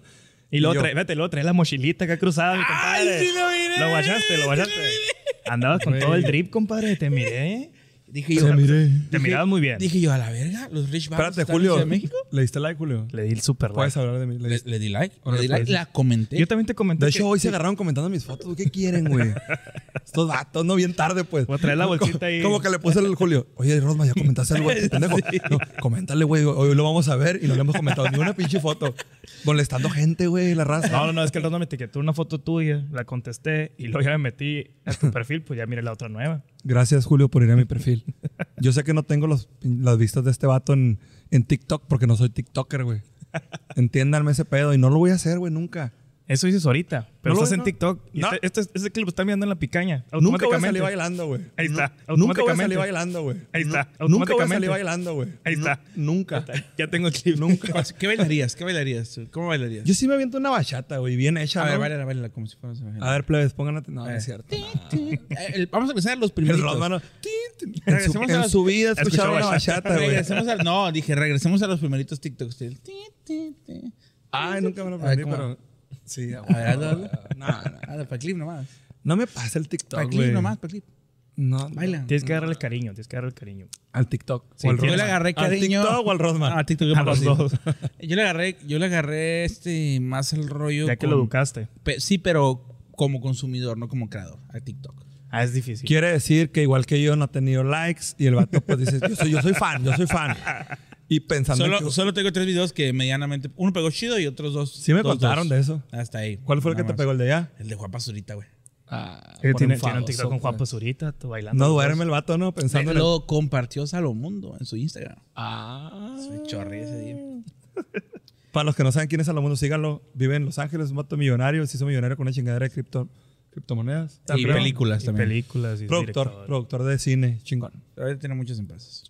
Y luego yo, trae, vete, luego trae la mochilita acá cruzada, mi compadre. sí lo miré! Lo guachaste, lo guachaste. Andabas con todo el drip, compadre, te miré. Dije yo, Se miré. Te mirabas muy bien. dije yo, a la verga, los Rich Barros Espérate, están Julio. en Ciudad de México. ¿Le diste like, Julio? Le di el super Puedes like. hablar de mí. le Le, diste- le di like, Ahora le di le like, parece. la comenté. Yo también te comenté. De que hecho, hoy se agarraron comentando mis fotos. ¿Qué quieren, güey? Estos vatos, no bien tarde, pues. Voy a traer la bolsita ahí. Como que le puse al Julio. Oye, Rosma, ya comentaste algo, este pendejo. No, coméntale, güey. Hoy lo vamos a ver y no le hemos comentado ni una pinche foto. Molestando gente, güey, la raza. No, no, no, es que el rato me etiquetó una foto tuya, la contesté y luego ya me metí a tu perfil, pues ya miré la otra nueva. Gracias, Julio, por ir a mi perfil. Yo sé que no tengo los- las vistas de este vato en, en TikTok porque no soy TikToker, güey. Entiéndanme ese pedo y no lo voy a hacer, güey, nunca. Eso dices ahorita, pero No lo estás ves, en no. TikTok. Y No. este, este- este clip lo están viendo en la picaña. Nunca voy a automáticamente. salir bailando, güey. Ahí está, Nu- Nunca voy a automáticamente. salir bailando, güey. Ahí está, Nu- Nunca voy a automáticamente. salir bailando, güey. Ahí Nu- está. Nunca. Ya tengo el clip. Nunca. ¿Qué bailarías? ¿Qué bailarías? tú? ¿Cómo bailarías? Yo sí me aviento una bachata, güey, bien hecha, a ver, ¿no? bailala, bailala, como si fueras A ver, plebes, pónganla. No, no Eh. es cierto. Vamos a empezar los El primeros. Rodman, En su, Regresemos a en las- su vida escuchaba escuchaba una bachata, bachata, güey. Regresemos al- no, dije, regresemos a los primeritos TikToks. del ti, ti, ti. Ay, nunca me lo A ver, aprendí, ¿cómo? pero... Sí, a A huevo. ver, hazlo, hazlo. No, no, hazlo, para clip nomás. No me pasa el Para TikTok, clip güey. nomás, para clip. No, Baila. Tienes que agarrarle cariño, tienes que agarrarle cariño. Al TikTok. Sí, o al yo le Rodman. agarré cariño. ¿Al TikTok o al Rodman? Ah, TikTok, yo A me los acuerdo, dos. sí. Yo le agarré, yo le agarré este, más el rollo. Ya que con- lo educaste. pe- sí, pero como consumidor, no como creador, a TikTok. Ah, es difícil. Quiere decir que igual que yo no ha tenido likes y el vato pues dice, yo soy, yo soy fan, yo soy fan. Y pensando Solo, que- solo tengo tres videos que medianamente. Uno pegó chido y otros dos. Sí me dos, contaron dos. de eso. Hasta ahí. ¿Cuál fue el que nada te más. pegó el de allá? El de Juan Pazurita, güey. Eh, Por tiene, enfadoso, tiene un TikTok con Juan güey. Pazurita, tú bailando. No duerme el vato, ¿no? Pensando en el- pues, Lo compartió Salomundo en su Instagram. Soy chorri ese día. Para los que no saben quién es Salomundo, síganlo. Vive en Los Ángeles, es un vato millonario, se hizo millonario con una chingadera de cripto, criptomonedas. Y Creo. películas Y también. películas y es Productor, director. productor de cine, chingón. Ahorita tiene muchas empresas.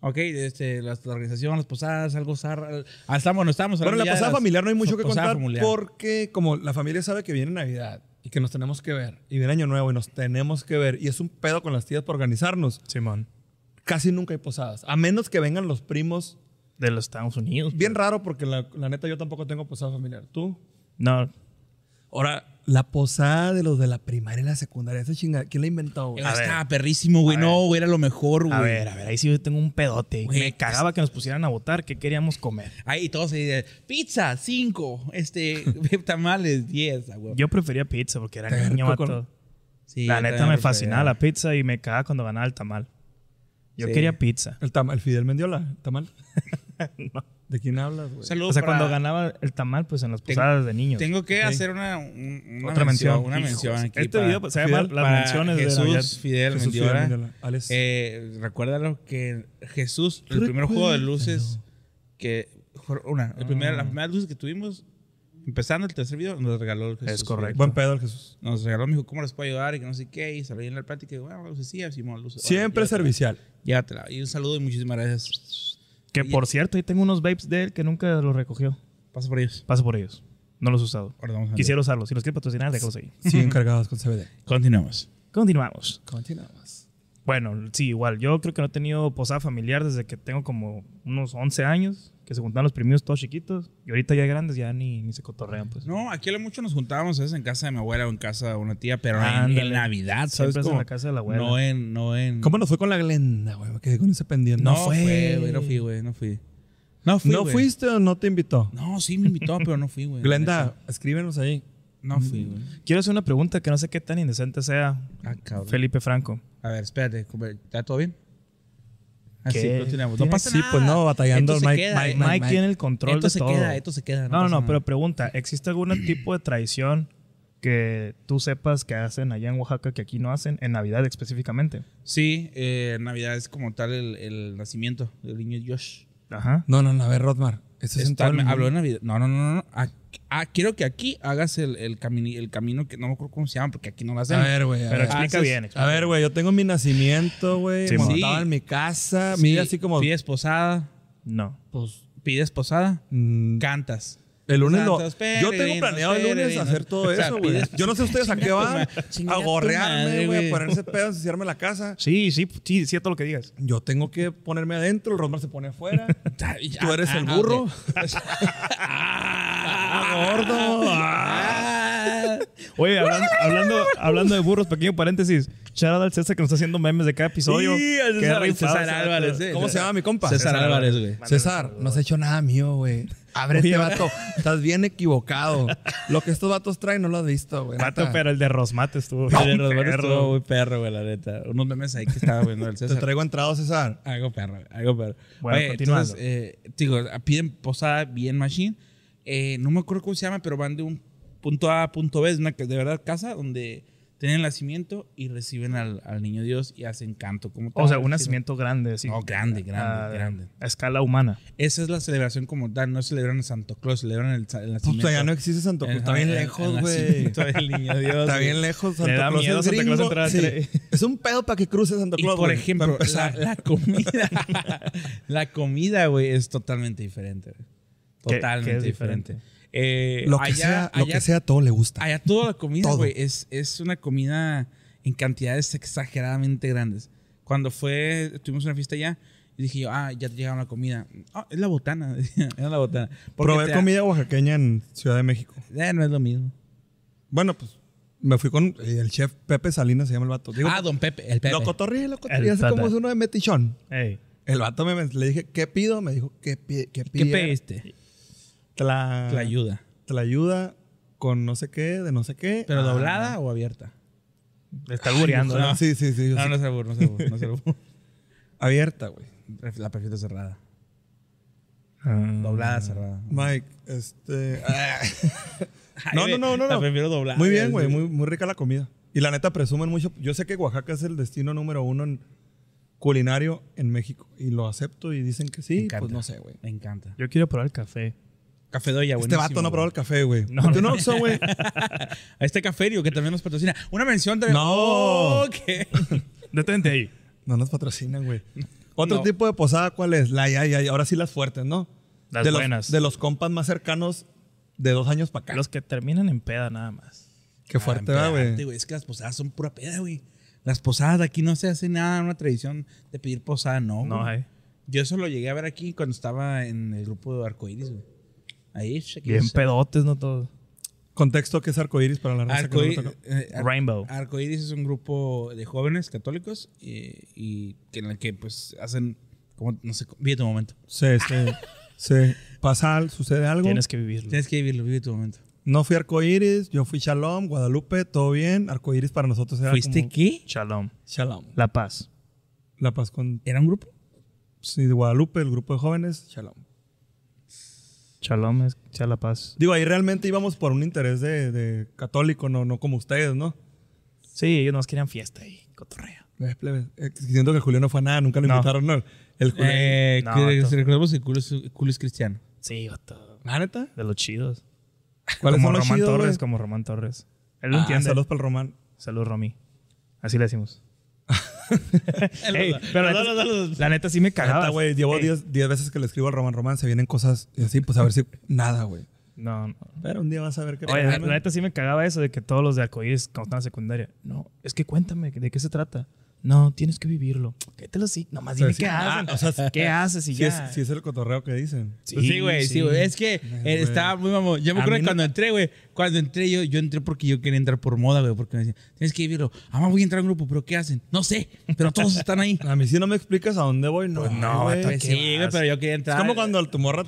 Ok, este, la, la organización, las posadas, algo zarra. Ah, estamos, no estamos. Bueno, hablando la ya de pasada las- familiar no hay mucho que posada contar familiar. porque como la familia sabe que viene Navidad y que nos tenemos que ver y viene Año Nuevo y nos tenemos que ver y es un pedo con las tías por organizarnos, Simón. casi nunca hay posadas, a menos que vengan los primos. De los Estados Unidos. Bien raro porque la, la neta yo tampoco tengo posada familiar. ¿Tú? No. Ahora, la posada de los de la primaria y la secundaria, esa chingada, ¿quién la inventó? güey? Yo A ver. estaba perrísimo, güey. A No, güey, era lo mejor, güey. A ver, a ver, ahí sí yo tengo un pedote. Güey, Me es- cagaba que nos pusieran a votar qué queríamos comer. Ahí todos se dicen, pizza, cinco. Este, tamales, diez, ah, güey. Yo prefería pizza porque era Terco niño, con- vato. Sí, la neta yo también me prefería. fascinaba la pizza y me cagaba cuando ganaba el tamal. Yo Sí. quería pizza. El, tam- el Fidel Mendiola, el tamal. ¿De quién hablas, güey? Saludo O sea, para- cuando ganaba el tamal, pues en las Tengo- posadas de niños. Tengo que Ok. hacer una, un- una Otra mención. Una Hijos. mención aquí. Este video, pues, se llama Las para menciones de Jesús Navidad. Fidel Jesús Fidel Mendiola. Mendiola, pues. Alex. Eh, recuerda lo que Jesús, el primer Recuérdalo. juego de luces que fue una, el primer, las primeras luces que tuvimos, empezando el tercer video, nos regaló el Jesús. Es correcto. Buen pedo el Jesús. Nos regaló, me dijo, ¿cómo les puedo ayudar? Y que no sé qué. Y salí en la plática y, bueno, lucecía, Simón, luces. órale, Siempre llévatela, servicial. Llévatela. Y un saludo y muchísimas gracias. Que por cierto, ahí tengo unos vapes de él que nunca los recogió. Pasa por ellos. Paso por ellos. No los he usado. Ahora vamos a Quisiera usarlos. Si los quieres patrocinar, déjalos ahí. Sí, encargados con CBD. Continuamos. Continuamos. Continuamos. Bueno, sí, igual. Yo creo que no he tenido posada familiar desde que tengo como unos 11 años, que se juntaban los primos todos chiquitos. Y ahorita ya grandes ya ni, ni se cotorrean, pues. No, aquí a lo mucho nos juntábamos a veces en casa de mi abuela o en casa de una tía, pero en- en, Ándale. Navidad, ¿sabes? Siempre es en cómo? la casa de la abuela. No en, no en. ¿Cómo nos fue con la Glenda, güey? Me quedé con ese pendiente. No, fue, güey, no fui, güey, no fui. No fui. ¿No güey. fuiste o no te invitó? No, sí me invitó, pero no fui, güey. Glenda, escríbenos ahí. No fui, güey. Quiero hacer una pregunta que no sé qué tan indecente sea, Ah, cabrón. Felipe Franco. A ver, espérate, compa- ¿está todo bien? Así ¿Qué? continuamos. No Tiene- pasa Sí, nada. pues no, batallando Esto se Mike- queda, Mike- eh. Mike, tiene el control Esto de se todo. queda, esto se No, queda. no, pasa no, nada. pero pregunta, ¿existe algún tipo de traición que tú sepas que hacen allá en Oaxaca que aquí no hacen, en Navidad específicamente? Sí, eh, Navidad es como tal el, el nacimiento del niño Josh. Ajá. No, no, no, a ver, Rodmar. Esto es en Está- todo el me- mundo. habló de Navidad. No, no, no, no. no. Aquí- ah, quiero que aquí hagas el, el, camini- el camino que no me acuerdo cómo se llama, porque aquí no lo hacen. A ver, güey. a Pero ver. ex- explica haces- bien. explica. A ver, güey, yo tengo mi nacimiento, güey. Sí, montado sí. en mi casa. Sí, Mira, así como. Pides posada, No. pues, pides posada, mm, cantas. el lunes lo. Santos Yo tengo peregrinos, planeado el lunes peregrinos. hacer todo O sea, eso, güey. pides- Yo no sé ustedes a qué Chinga tu van. ma- chinga A tu madre, gorrearme, güey, güey. a ponerse pedo, ensuciarme la casa. Sí, sí, sí, es cierto lo que digas. Yo tengo que ponerme adentro, el Rodmar se pone afuera. Ah, Tú Tú eres el burro. ah, gordo. ah. Oye, hablan- hablando, hablando de burros, pequeño paréntesis. Charada al César que nos está haciendo memes de cada episodio. Sí, al Qué César- rifado César ese vato. Álvarez, eh. ¿Cómo se llama mi compa? César Álvarez, güey. César, no has hecho nada mío, güey. Ábrete, vato. Estás bien equivocado. Lo que estos vatos traen no lo has visto, güey. Vato, Neta. pero el de Rosmate estuvo. El de los perro. buenos estuvo muy perro, güey, la neta. Unos memes ahí que estaba viendo el Te César. traigo entrado, César. Algo perro, algo perro. Bueno, Oye, continuando. entonces, eh, digo, piden posada bien machine. Eh, no me acuerdo cómo se llama, pero van de un punto A a punto B, es una que- de verdad casa donde tienen el nacimiento y reciben al, al niño Dios y hacen canto como tal. O sea, un Sí. nacimiento grande, sí. No, grande, grande, a, grande. Ah, A escala humana. Esa es la celebración como tal, no celebran a Santo Claus, celebran el, sa- el Puta, nacimiento. ya Pues no existe Santo Claus. El- Está bien el- el lejos, güey. nacimiento del niño Dios. Está güey. bien lejos. Santo Le da Claus miedo es Santa Claus gringo. entrar a Sí. tele. Es un pedo para que cruce Santo Y Claro, por güey, para ejemplo, la, empezar. la comida. la comida, güey, es totalmente diferente. güey. ¿Qué- qué es Totalmente diferente. diferente? Eh, lo que allá- sea, lo allá que sea, todo le gusta. Allá toda la comida, Todo. güey, es, es una comida en cantidades exageradamente grandes. Cuando fue, tuvimos una fiesta allá y dije yo, ah, ya te llegaron la comida. Ah, es la botana, decía, era la botana. Porque Probé te- comida oaxaqueña en Ciudad de México. Eh, no es lo mismo. Bueno, pues me fui con eh, el chef Pepe Salinas, se llama el vato. Digo, ah, don Pepe, el Pepe. Locotorri, El Locotorri. Hace como Tata. es uno de metichón. Ey, El vato me, le dije, ¿qué pido? Me dijo, ¿qué, pide? ¿qué ¿Qué pide? pediste? Tla- este, La ayuda. Tlayuda con no sé qué, de no sé qué. ¿Pero Ah, doblada o abierta? le está albureando, no, ¿no? Sí, sí, sí. yo No, sí. no se burro, no se burro, no se burro. Abierta, güey. La prefiero cerrada. Ah. Doblada, cerrada. Mike, este... ah, Ay, No, güey, no, no, no, La no. prefiero doblada. muy bien, güey. Muy, muy rica la comida. Y la neta presumen mucho. Yo sé que Oaxaca es el destino número uno en culinario en México. Y lo acepto y dicen que Me sí. encanta. Pues no sé, güey. Me encanta. Yo quiero probar el café. Café Doya, Este vato no ha probado el café, güey. No, No, no, no. güey. A este caferio que también nos patrocina. Una mención también. No. Oh, ¿qué? Detente ahí. No nos patrocinan, güey. Otro No. tipo de posada, ¿cuál es? La ya, ya, ya. Ahora sí las fuertes, ¿no? Las de buenas. Los, de los compas más cercanos de dos años para acá. Los que terminan en peda nada más. Qué fuerte, va, Ah, Espérate, güey. güey. Es que las posadas son pura peda, güey. Las posadas de aquí no se hace nada, una tradición de pedir posada, no. No güey. hay. Yo eso lo llegué a ver aquí cuando estaba en el grupo de Arcoiris, güey. Ahí, chequen Bien eso. pedotes, no todo. Contexto que es arcoíris para la raza que no lo Arcoí- toca. eh, Ar- Rainbow. Arcoíris es un grupo de jóvenes católicos eh, y que en el que pues hacen como no sé, cómo- vive tu momento. Sí, sí. sí. Pasa, al- sucede algo. Tienes que vivirlo. Tienes que vivirlo, vive tu momento. No fui arcoíris, yo fui Shalom, Guadalupe, todo bien. Arcoíris para nosotros era ¿Fuiste como qué? Shalom. Shalom. La paz. La paz con ¿Era un grupo? sí, de Guadalupe, el grupo de jóvenes, Shalom. Shalom es sea la paz. Digo, ahí realmente íbamos por un interés de, de católico, no, no como ustedes, ¿no? Sí, ellos nos querían fiesta y cotorreo. Eh, plebe, eh, Siento que Julio no fue a nada, nunca lo No. invitaron, ¿no? El Julio. Eh, No, que- to- recordemos que culo es, culo es cristiano. Sí, vato. ¿La neta? De los chidos. ¿Cuáles como son los Román chidos, Torres, güey? como Román Torres. Él lo Ah, entiende. Saludos para el Román. Salud, Romy. Así le decimos. Ey, pero la, neta, la neta sí me cagaba. Neta, güey, llevo Ey, 10 10 veces que le escribo al Román Román, se vienen cosas y así, pues a ver si nada, güey. No, no. Pero un día vas a ver qué Oye, la, pedo, la neta sí me cagaba eso de que todos los de Arcoíris cuando están en la secundaria. No, es que cuéntame, ¿de qué se trata? No, tienes que vivirlo. ¿Qué te lo sí? Nomás sea, dime sí. qué Ah, haces. ¿Qué haces y Si ya? es, sí es el cotorreo que dicen. Sí, Pues sí, güey, sí, sí. güey. Es que eh, güey. estaba muy mamón. Yo me A acuerdo mí que no- cuando entré, güey. Cuando entré yo, yo entré porque yo quería entrar por moda, güey. Porque me decían, tienes que vivirlo. Ah, ma, voy a entrar a un grupo, pero ¿qué hacen? No sé, pero todos están ahí. A mí si no me explicas a dónde voy, no. Pues no, güey. vato, Pues ¿qué sí, güey, vas? pero yo quería Es entrar. como cuando tu morra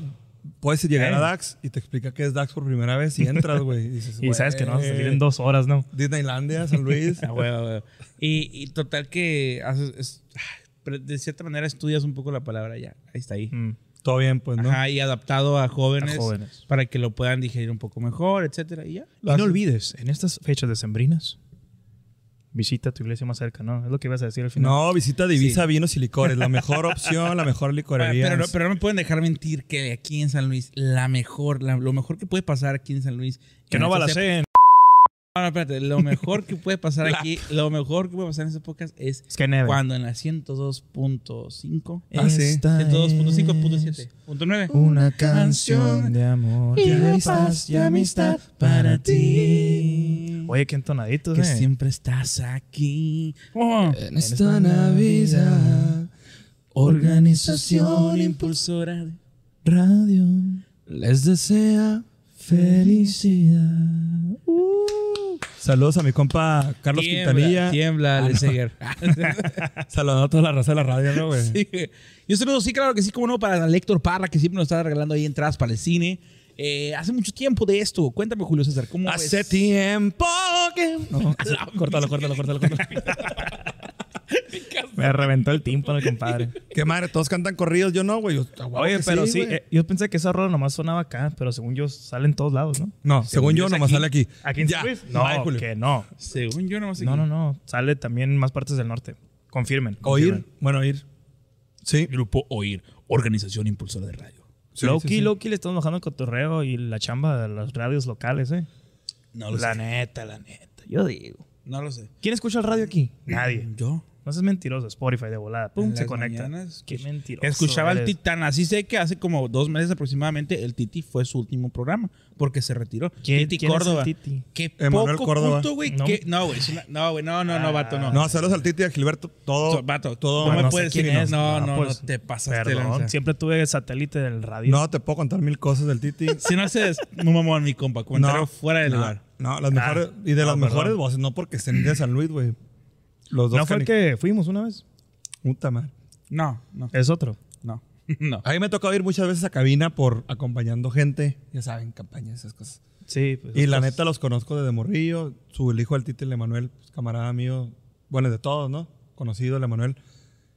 puedes llegar Eh. a DAX y te explica qué es DAX por primera vez y entras, güey. Y, dices, Y sabes que no vas a güey, salir en dos horas, ¿no? Disneylandia, San Luis. Ah, güey, güey. Y, y total que haces. es- ah, pero de cierta manera estudias un poco la palabra ya. Ahí está ahí. Mm, Todo bien, pues, ¿no? Ajá, y adaptado a jóvenes, a jóvenes. para que lo puedan digerir un poco mejor, etcétera. Y ya. Y no olvides, en estas fechas decembrinas, visita tu iglesia más cerca, ¿no? Es lo que ibas a decir al final. No, visita Divisa Vinos y Licores. La mejor opción, la mejor licorería. Ah, Pero, no, es- pero no me pueden dejar mentir que aquí en San Luis, la mejor, la- lo mejor que puede pasar aquí en San Luis. que en no estas balacen. ép- No, no, espérate, lo mejor que puede pasar aquí, lo mejor que puede pasar en esas épocas es Es que neve. cuando en la 102.5, Ah, sí. Esta 102.5.7, es punto nueve. Una canción de amor Y y de paz y amistad para ti. Oye, qué entonaditos, Que eh. siempre estás aquí. Oh. En esta Navidad, Organización impulsora. de- radio, les desea. felicidad. Uh. Saludos a mi compa Carlos Tiembla, Quintanilla. Tiembla, Ale Seger. Saludando a toda la raza de la radio, ¿no, güey? Sí, güey. Y un saludo, sí, claro que sí, como no, para Lector Parra, que siempre nos está regalando ahí entradas para el cine. Eh, hace mucho tiempo de esto. Cuéntame, Julio César, ¿cómo Hace ves? tiempo que. No, córtalo, córtalo, córtalo, córtalo. Me reventó el tímpano, compadre. Qué madre, todos cantan corridos, yo no, güey. Yo, ah, huevo Oye, que pero sí, güey. eh, yo pensé que esa rola nomás sonaba acá, pero según yo sale en todos lados, ¿no? no, según, yo, es nomás aquí. sale aquí. ¿Aquí en Ya, Swift? No, ay, Julio. que no. Según yo, no sé. No, no, no. Sale también en más partes del norte. Confirmen. Oír, confirmen. bueno, oír. Sí. Grupo Oír, organización impulsora de radio. Sí, Loki, sí, sí. Loki le estamos bajando el cotorreo y la chamba de las radios locales, ¿eh? No lo la sé. neta, la neta. Yo digo. No lo sé. ¿Quién escucha el radio aquí? Nadie. Yo. No seas mentiroso. Spotify de volada. En Pum, las se conecta. mañanas, Qué escuch- mentiroso. Escuchaba al eres. Titán. Así sé que hace como dos meses aproximadamente el Titi fue su último programa porque se retiró. ¿Quién- Titi quién es el Córdoba. Titi? Qué Emanuel poco Córdoba. culto, güey. No. Qué- No, güey. es una- No, güey. No, no, no, vato, no. No, saludos al Titi y a Gilberto. Todo. So- vato, todo. no Ah, me no sé puedes quién decir, es. no, Ah, no, pues, no, te pasaste de Perdón. lanza. Siempre tuve satélite del radio. No, pues, te puedo contar mil cosas del Titi. Si no haces, no mamón, mi compa. Comentario No, fuera del no, lugar. No, las mejores. Y de no, las perdón. mejores voces, Ah, no porque estén de San Luis, güey. Los dos. ¿No fue el cani- que fuimos una vez? Puta madre. No, no, Es otro. no. No. A mí me ha tocado ir muchas veces a cabina por acompañando gente. Ya saben, campañas, esas cosas. Sí, pues. Y la neta los conozco desde morrillo. Su el hijo del Tite, el Emanuel, pues, camarada mío, bueno, de todos, ¿no? Conocido, el Emanuel,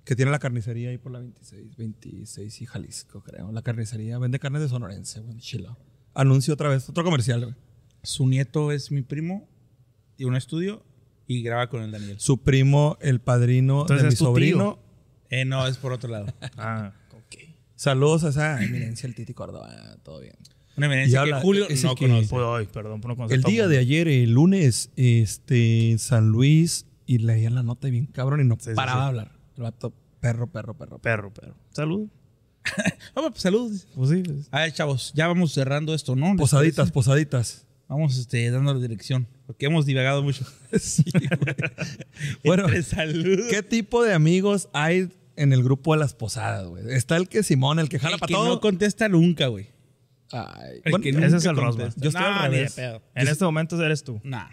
que tiene la carnicería ahí por la 26, 26 y Jalisco, creo. La carnicería vende carnes de sonorense, güey, chilo. Anuncio otra vez, otro comercial, güey. Su nieto es mi primo, tiene un estudio y graba con el Daniel. Su primo, el padrino Entonces de mi es tu sobrino. Eh, no, es por otro lado. Ah, ok. Saludos a esa eminencia, el Titi Córdoba, todo bien. Una Y evidencia que habla- Julio es el no que- conoce. Puedo hoy, perdón por no conocer El todo día mundo. de ayer, el lunes, este, San Luis, y leía la nota bien cabrón y no Sí, sí, paraba sí. de hablar. El vato, perro, perro, perro. perro. Perro, perro. Salud. Ah, pues, saludos. Pues sí. pues. A ver, chavos, ya vamos cerrando esto, ¿no? ¿Les Posaditas, parece? posaditas. Vamos este, dándole dirección, porque hemos divagado mucho. Sí, güey. Bueno, Entre salud. ¿qué tipo de amigos hay en el grupo de las posadas, güey? Está el que Simón, el que jala El para que todo. no contesta nunca, güey. Ay, El bueno, que ese nunca es el Rosman. contesta. Yo estoy Nah, al ni de revés. pedo. En este momento eres tú. Nah.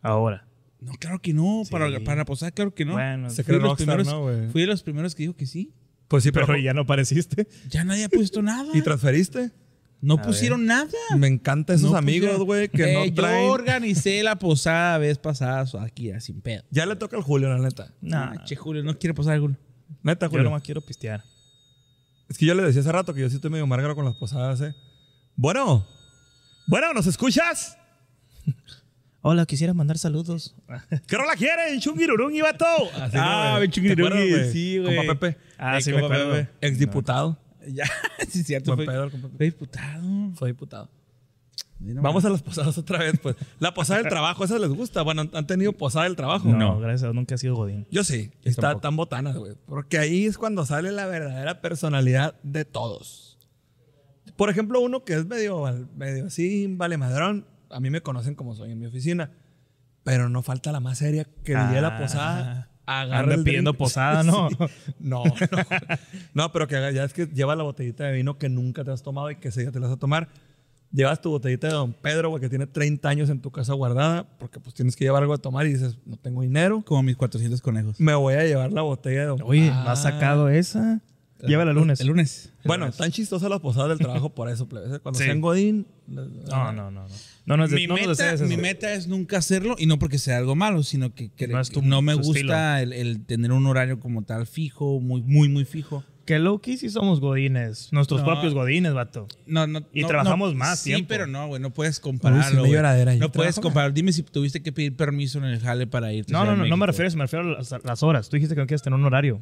Ahora. No, claro que no. Para, para la posada, claro que no. Bueno, Se Fui cree de los rockstar, primeros- ¿no, güey? Fui de los primeros que dijo que sí. Pues sí, pero, pero ya no apareciste. Ya nadie ha puesto nada. ¿Y transferiste? No A pusieron nada. Me encantan esos No amigos, pusieron- güey, que Eh, no traen. Yo organicé la posada vez pasada aquí, ah, sin pedo. Ya le toca al Julio, la neta. Nah, Ah, Che, Julio, no quiere posar alguno. Neta, yo Julio. nomás quiero pistear. Es que yo le decía hace rato que yo sí estoy medio márgaro con las posadas, ¿eh? Bueno, bueno, ¿nos escuchas? Hola, quisiera mandar saludos. ¿Qué rola quieren? Chungirurung y vato. Así, Ah, ¿no, güey? mi chungirurungui, ¿Te acuerdas, sí, güey. Compa Pepe, Ah, Eh, sí, me compa, acuerdo. bebé. exdiputado. Ya, sí, es cierto. Buen Fue, pedo el compa Pepe. fue diputado. Fue diputado. Mira, Vamos a las posadas otra vez, pues. La posada del trabajo, ¿esa les gusta? Bueno, ¿han- ¿han tenido posada del trabajo? No, gracias a Dios, nunca he sido Godín. Yo sí. está tan botana, güey. Porque ahí es cuando sale la verdadera personalidad de todos. Por ejemplo, uno que es medio, val- medio así, vale madrón. A mí me conocen como soy en mi oficina. Pero no falta la más seria que el día de la Ah. posada. Agarra Anda el pidiendo drink. posada, ¿no? Sí. No, no. No, pero que haga- ya es que lleva la botellita de vino que nunca te has tomado y que ese día te la vas a tomar. Llevas tu botellita de Don Pedro, güey, que tiene 30 años en tu casa guardada, porque pues tienes que llevar algo a tomar y dices, no tengo dinero. Como mis 400 conejos. Me voy a llevar la botella de Don Oye, Ah. ¿no has sacado esa? Llévala el lunes. El lunes. Bueno, están chistosas las posadas del trabajo por eso, plebes. Cuando Sí. Ah. sean Godín. No, no, no. No, no, nos des- mi, no nos meta, desees eso. mi meta es nunca hacerlo y no porque sea algo malo, sino que, que- No es tu- no me su gusta el, el tener un horario como tal fijo, muy, muy, muy fijo. Que Loki sí somos Godines. Nuestros No. propios Godines, vato. No, no, Y no, trabajamos no, más sí, tiempo. pero no, güey, no Uy, puedes sí, compararlo. me güey. lloradera ahí. no puedes Trabajo, comparar. Dime si tuviste que pedir permiso en el jale para irte. No, a no, no, no México. me refiero a eso, me refiero a las, a las horas. Tú dijiste que no quieres tener un horario.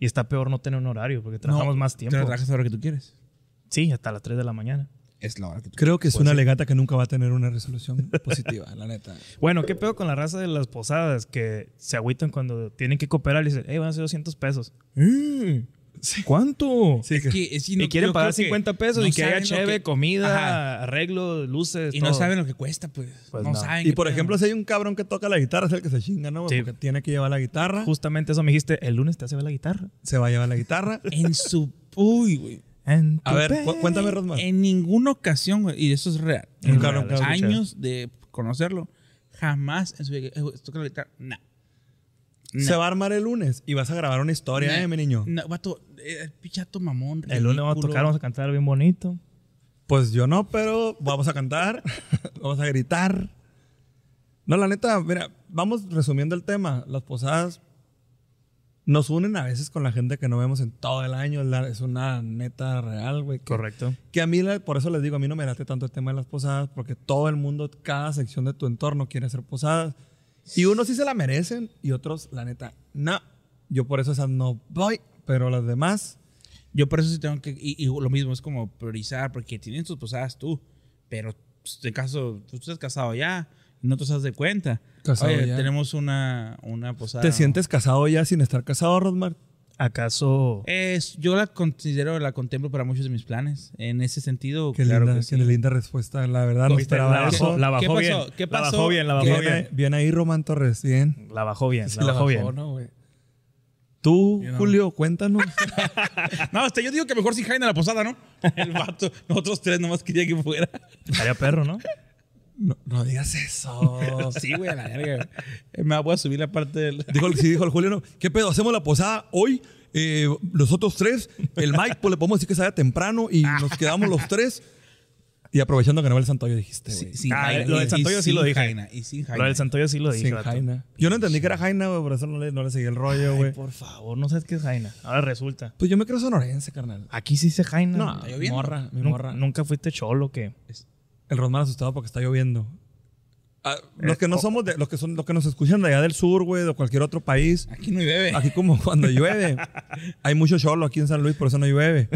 Y está peor no tener un horario porque trabajamos No, más tiempo. Te trabajas ahora que tú quieres. Sí, hasta las 3 de la mañana. Es la hora que tú Creo que es una legata que nunca va a tener una resolución positiva, la neta. Bueno, ¿qué pedo con la raza de las posadas que se agüitan cuando tienen que cooperar y dicen, hey, van a ser 200 pesos? "Eh, ¿Cuánto? Sí, Es que- es- Y no- quieren yo pagar creo que 50 pesos no y que haya saben lo cheve, que- Ajá. comida, arreglo, luces. Y todo. no saben lo que cuesta, pues. Pues no, no. saben. Y qué por pedo. ejemplo, si hay un cabrón que toca la guitarra, es el que se chinga, ¿no? güey? Sí. Porque tiene que llevar la guitarra. Justamente eso me dijiste, el lunes te hace ver la guitarra. Se va a llevar la guitarra. En su. Uy, güey. En A tu ver, pe- cu- cuéntame, Rosmar. En ninguna ocasión, güey, y eso es real. En Nunca, real, nunca. es real. escuché. años de conocerlo, jamás en su vida. eh, Toca la guitarra. Nah. Se va a armar el lunes y vas a grabar una historia, Nah. ¿eh, mi niño? Nah, vato, eh, pichato mamón. el lunes vamos a ridículo. tocar, vamos a cantar bien bonito. Pues yo no, pero vamos a cantar, vamos a gritar. No, la neta, mira, vamos resumiendo el tema. Las posadas nos unen a veces con la gente que no vemos en todo el año. la- Es una neta real, güey. que- Correcto. Que a mí, la- por eso les digo, a mí no me late tanto el tema de las posadas, porque todo el mundo, cada sección de tu entorno quiere hacer posadas. Y unos sí se la merecen y otros, la neta, no. Yo por eso esas no voy, pero las demás, Yo por eso sí tengo que. Y, y lo mismo es como priorizar, porque tienen tus posadas tú, pero pues, en caso, tú estás casado ya, no te das de cuenta. Casado Oye, ya. tenemos una, una posada. ¿te sientes casado ya sin estar casado, Rosmar? ¿Acaso Es, yo la considero, la contemplo para muchos de mis planes. En ese sentido, Qué, Oh, claro linda, que sí. qué linda respuesta, la verdad, no Viste, esperaba la eso. bajó, la bajó ¿Qué pasó? bien. ¿Qué La pasó? bajó bien, la bajó ¿Qué? Bien, bien. ahí- bien ahí, Román Torres, bien. La bajó bien, Sí, la bajó bien. no, güey. Uh, Tú, Julio, cuéntanos. No, hasta yo digo que mejor si caen a la posada, ¿no? El vato, nosotros tres nomás quería que fuera. Estaría perro, ¿no? no, no digas eso. Sí, güey, a la verga. Eh, Me voy a subir la parte del. Dijo, el- sí, dijo el Julio, no, ¿qué pedo? Hacemos la posada hoy. Eh, los otros tres, el Mike, pues le podemos decir que salga temprano y nos quedamos los tres. Y aprovechando que no va el Santoyo, dijiste, güey. sin Ah, Jaina. lo del Y Santoyo sí sin lo dije. Jaina, y sin Jaina. Lo del Santoyo sí lo dije. Sin vato. Jaina. Yo no entendí que era Jaina, güey, por eso no le, no le seguí el rollo, güey. Por favor, no sabes qué es Jaina. Ahora resulta. Pues yo me creo sonorense, carnal. Aquí sí dice Jaina. No, Nun- está lloviendo. morra, mi nunca, morra. fuiste cholo, que El Rosmar asustado porque está lloviendo. Ah, los que no somos de, los que son, los que nos escuchan de allá del sur, güey, de cualquier otro país, Aquí no hay bebé. Aquí como cuando llueve. Hay mucho cholo aquí en San Luis, por eso no llueve.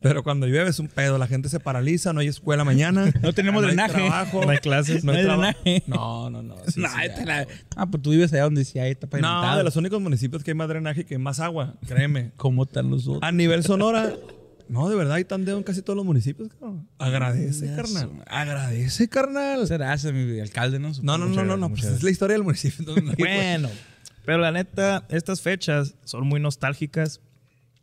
Pero cuando llueve es un pedo. La gente se paraliza, no hay escuela mañana. No tenemos hay drenaje. trabajo. No hay clases, No hay no hay trabajo. drenaje. No, no, no. sí, No, sí, esta ya. la- Ah, pues tú vives allá donde sí hay está pavimentado. No, de los únicos municipios que hay más drenaje y que hay más agua, créeme. ¿Cómo están los otros? A nivel Sonora, no, de verdad hay tandeo en casi todos los municipios, cabrón. Agradece, Ya, su- carnal. Agradece, carnal. Serás mi alcalde, ¿no? No, no, no, no, no. Pues es la historia del municipio. entonces no hay- Bueno. Pero la neta, estas fechas son muy nostálgicas.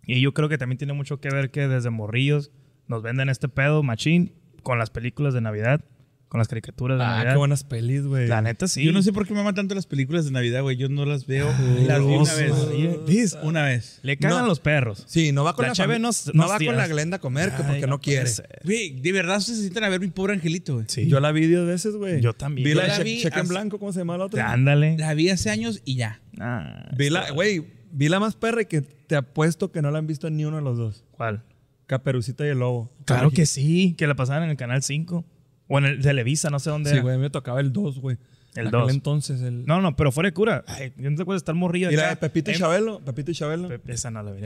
Y yo creo que también tiene mucho que ver que desde morrillos nos venden este pedo, machín, con las películas de Navidad, con las caricaturas de Ah, Navidad. qué buenas pelis, güey. La neta sí. Yo no sé por qué me aman tanto las películas de Navidad, güey. Yo no las veo. las vi una Dios vez. mío. ¿Ves? Una vez. Le cagan No. los perros. Sí, no va con La la, cheve fami- no- no no va con tiras. la Glenda a comer que- Ay, porque no no quiere. puede ser. Güey, de verdad se necesitan a ver mi pobre angelito, güey. Sí. Yo la vi 10 veces, güey. Yo también. Vi Yo la, la de vi Che- Cheque en hace- Blanco, ¿cómo se llama la otra? Ándale. La vi hace años y ya. Ah, Vi la, güey, vi la más perra y que te apuesto que no la han visto ni uno de los dos. ¿Cuál? Caperucita y el Lobo. Claro que sí, que la pasaban en el Canal 5 o en el Televisa, no sé dónde. Sí, era. güey, me tocaba el 2, güey. El Aquel 2. entonces, el... No, no, pero fuera de cura. Ay, yo no te acuerdo de estar morrido. y acá. la de Pepito y Eh, Chabelo. Pepito y Chabelo. Pe- Esa no la vi.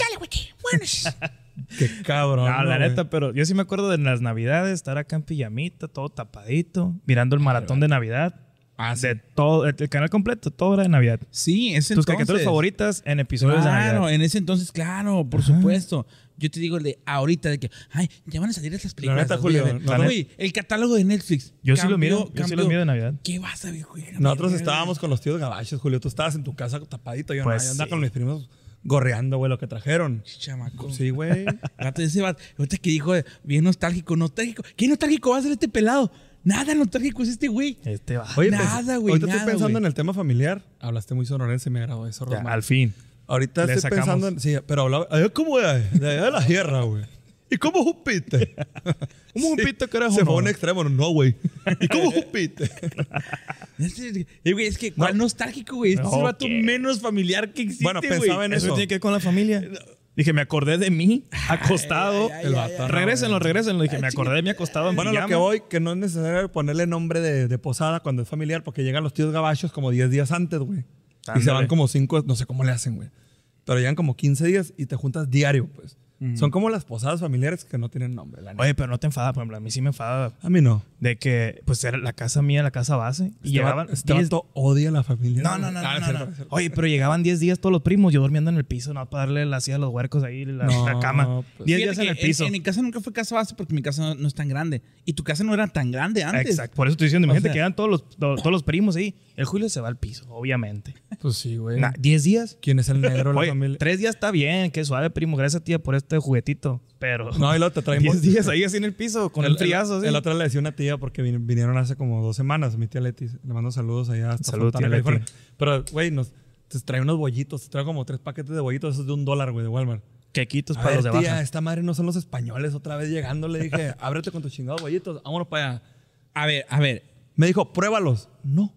Qué cabrón. No, Ah, la güey. neta, pero yo sí me acuerdo de las navidades, estar acá en pijamita, todo tapadito, mirando el maratón de Navidad. Ah, sí. De todo, el, el canal completo, todo era de Navidad. Sí, ese Tus entonces. caricaturas favoritas en episodios de Claro, Navidad. en ese entonces, claro, por supuesto. Yo te digo el de ahorita, de que, ay, ya van a salir estas películas. neta, las voy a Julio, ver. la neta. Güey, el catálogo de Netflix. Yo sí lo miro, yo cambió- sí cambió. los miro de Navidad. ¿Qué vas a ver, güey? Nosotros estábamos con los tíos gabachos, Julio. Tú estabas en tu casa tapadito. Yo, Pues no, yo andaba sí. con mis primos gorreando, güey, lo que trajeron. Chamaco. Sí, güey. Rato ese vato, ahorita que dijo, eh, bien nostálgico, nostálgico. ¿Qué nostálgico va a ser este pelado? Nada nostálgico es este güey. Este va. Oye, Nada, pues, güey, Ahorita nada, estoy pensando güey. en el tema familiar. Hablaste muy sonorense, me agradó eso, Ya, Rosmar. Pues, al fin. Ahorita Le estoy sacamos. pensando en. Sí, pero hablaba. Ay, ¿Cómo es? De allá de la sierra, güey. ¿Y cómo jupiste? ¿Cómo jupiste que eres Se uno? fue a un extremo, no, güey. ¿Y cómo jupiste? Este- eh, güey, es que, ¿cuál nostálgico, güey? Este es el Ok. vato menos familiar que existe, Bueno, pensaba güey. en Eso eso. tiene que ver con la familia. Dije, me acordé de mí, acostado. ay, ay, El ay, vato, ay. Regrésenlo, regrésenlo. Dije, me acordé de mí acostado en Bueno, lo pijama. que voy, que no es necesario ponerle nombre de, de posada cuando es familiar, porque llegan los tíos gabachos como 10 días antes, güey. Y se Ándale. van como 5, no sé cómo le hacen, güey. Pero llegan como 15 días y te juntas diario, pues. Son como las posadas familiares que no tienen nombre, la neta. Oye, pero no te enfadas, por ejemplo, a mí sí me enfadaba A mí no. de que pues era la casa mía, la casa base y Este va- llegaban Este 10 vato odia a la familia. No, no, no, Ah, no, es no, cierto, no. es cierto. Oye, pero llegaban 10 días todos los primos, yo durmiendo en el piso, no para darle la silla a los huercos ahí, la, No, la cama. pues. 10 Fíjate días en que el piso. En, mi casa nunca fue casa base porque mi casa no, no es tan grande. Y tu casa no era tan grande antes. Exacto, por eso estoy diciendo, O imagínate sea- que llegan todos los, to- todos los primos ahí. El Julio se va al piso, obviamente. Pues sí, güey. Nah, 10 días. ¿Quién es el negro de la Oye, familia? 3 días está bien, qué suave, primo. Gracias, tía, por este juguetito. Pero No, y luego te traen 10 bol- días ahí así en el piso, con el, un friazo. el- así. el otro le decía a una tía porque vin- vinieron hace como dos semanas, mi tía Leti. Le mando saludos allá hasta Saludos, Fontana, tía Leti. California. Pero, güey, nos te trae unos bollitos, te trae como tres paquetes de bollitos, esos de un dólar, güey, de Walmart. Quequitos A para ver, los de tía, baja. esta madre no son los españoles. Otra vez llegando le dije, ábrete con tus chingados bollitos, vámonos para allá. A ver, a ver. Me dijo, pruébalos. No.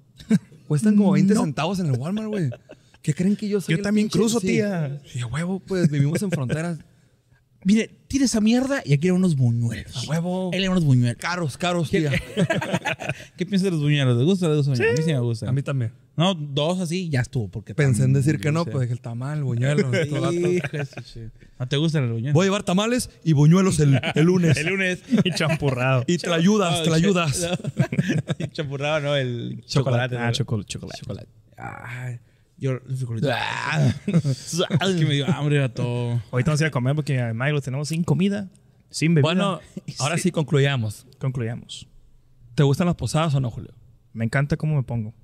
Cuestan como 20 centavos en el Walmart, güey. ¿Qué creen que yo soy? Yo el también pinche- cruzo, sí. tía. Sí, a huevo, pues vivimos en fronteras. Mire, tira esa mierda y aquí hay unos buñuelos. A huevo. Él era unos buñuelos. Caros, caros, tía. ¿Qué piensas de los buñuelos? ¿Te gusta o no te gusta? A mí sí me gusta. A mí también. No, dos así, ya estuvo. Porque Pensé en tam- decir que no, sí. pues dije el tamal, buñuelo. estos vatos. Hijo de su ch- ¿No te gustan los buñuelos? Voy a llevar tamales y buñuelos el, el lunes. el lunes. Y champurrado. Y te la ayudas, te la ayudas. No, Champurrado, no, el chocolate. Ah, chocolate. Chocolate. Ay, yo los frijolitos. Ah. es que me dio hambre a todo. Ahorita vamos a ir a comer porque además los tenemos sin comida, sin bebida. Bueno, ahora sí concluyamos. concluyamos. ¿Te gustan las posadas o no, Julio? Me encanta cómo me pongo.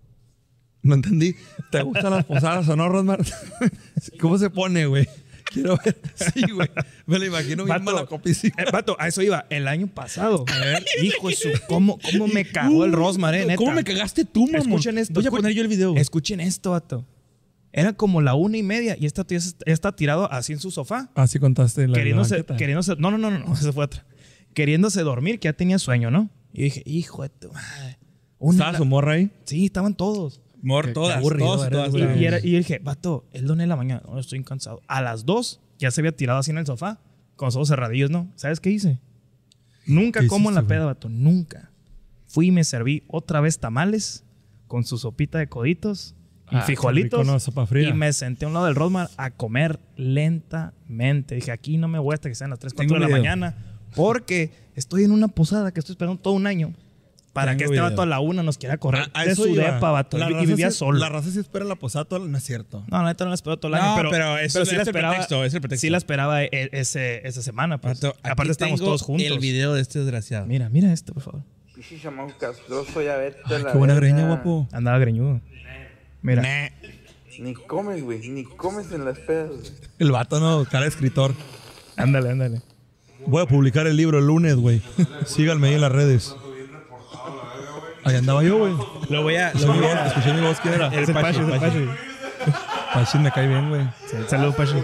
No entendí. ¿Te gustan las posadas o no, Rosmar? ¿Cómo se pone, güey? Quiero ver. Sí, güey. Me lo imagino bien Vato. malacopísimo. Eh, vato, a eso iba. El año pasado. hijo de su... ¿Cómo, cómo me cagó el Uh, Rosmar, eh, neta. ¿Cómo me cagaste tú, mamón? Escuchen esto. Voy a escu- poner yo el video. Escuchen esto, vato. Era como la una y media y esta tía se- ya está tirado así en su sofá. Así Ah, contaste la la queriéndose, banqueta. queriéndose... No, no, no, no, no. Esa fue otra. Queriéndose dormir, que ya tenía sueño, ¿no? Y dije, hijo de tu madre. Una ¿Estaba la- su morra ahí? Sí, estaban todos. Mor, Qué- qué todas, aburrido todas, eres, todas, güey. todas. Y, era- y yo dije, vato, es la una de la mañana. No, estoy cansado. A las dos ya se había tirado así en el sofá, con los ojos cerradillos, ¿no? ¿Sabes qué hice? Nunca ¿Qué como en hiciste, la peda, vato. Nunca. Fui y me serví otra vez tamales con su sopita de coditos y Ah, qué frijolitos. rico, ¿no? Sopa fría. Y me senté a un lado del Rodmar a comer lentamente. Dije, aquí no me voy hasta que sean las 3, 4 Tengo de la video. mañana. Porque estoy en una posada que estoy esperando todo un año. Para Tengo que este video. vato a la una nos quiera correr A- a de eso su iba. depa, vato. La Y- Y raza vivía sí- solo. La raza sí espera la posada, toda la- no es cierto. No, la neta no la esperó todo el No, año. pero, pero eso es- sí la es el esperaba. pretexto, es el pretexto. Sí la esperaba e- e- ese- esa semana. pues. Pato, aquí Aparte, estamos tengo todos juntos. El video de este desgraciado. Mira, mira esto, por favor. Pichi chamán castroso, ya vete a la Qué buena verga. greña, guapo. Andaba greñudo. Mira. Ni comes, güey, ni comes en las pedas, güey. El vato no, cara de escritor. Ándale, ándale. Voy a publicar el libro el lunes, güey. Síganme ahí en las redes. Ahí andaba yo, güey. Lo voy a. Escuché Lo mi voy voz, a escuché mi voz, ¿quién era? Es el Pachi, es el Pachi. Pachis me cae bien, güey. Sí, Saludos, Pachi.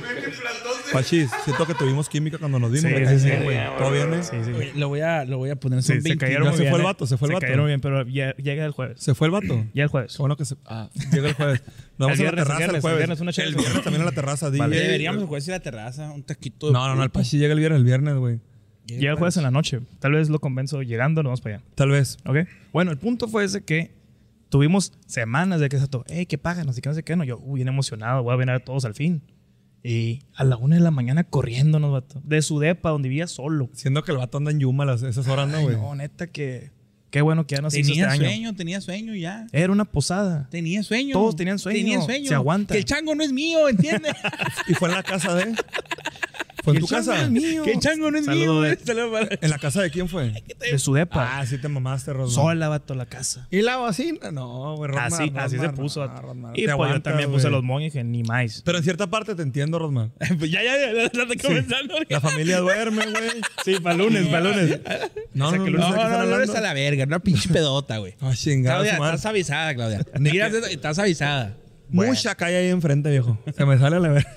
Pachis, siento que tuvimos química cuando nos vimos. Sí, me cae sí, sí. bien, güey. ¿Todo bien, eh? Sí, sí. lo voy a, lo voy a poner. Son Sí, se 20. cayeron ya muy se bien. fue el ¿eh? vato, se fue el Se vato. cayeron bien, pero ya- llega el jueves. ¿Se fue el vato? Ya el jueves. Qué bueno que se... Ah, llega el jueves. Nos vamos El a la viernes, terraza el viernes, el jueves. el viernes, una chela. El viernes también a la terraza, DJ. Deberíamos jugar así la terraza, un taquito. de No, no, no, el Pachi llega el viernes, el viernes, güey. Llega el jueves en la noche. Tal vez lo convenzo llegando, nos vamos para allá. Tal vez. ¿Ok? Bueno, el punto fue ese que tuvimos semanas de que exacto, hey, ¿qué pagan? Así que no sé qué. No, yo, uy, bien emocionado, voy a venir a todos al fin. Y a la una de la mañana corriéndonos, vato. De su depa, donde vivía solo. Siendo que el vato anda en Yuma las, esas horas, ¿no, Ay, Ah, güey? no, neta que. Qué bueno que ya nos hizo este Tenía año. sueño, tenía sueño ya. Era una posada. Tenía sueño. Todos tenían sueño. Tenía sueño. Se aguanta. Que el chango no es mío, ¿entiendes? Y fue en la casa de... ¿Fue en tu casa? que el chango no es Saludo mío. de- eh. Saludo para- ¿En la casa de quién fue? De su depa. Ah, sí te mamaste, Rosmar. sola, vato, la casa. ¿Y la bocina? No, güey, Rosmar. así, así se Rosmar, puso. no, vato. y Rosmar. ah, Te pues yo aguantas, también puse güey. los moños y dije, ni más. Pero en cierta parte te entiendo, Rosmar. Pues ya, ya, ya, la estoy comenzando. La familia duerme, güey. Sí, para lunes, para lunes. No, O sea, no, que no, No, no, no, no, no, eres a la verga, una pinche pedota, güey. Ah, chingada Claudia, su madre. estás avisada, Claudia. Ni Mira, que- estás avisada. Mucha calle ahí enfrente, viejo. Se me sale a la verga.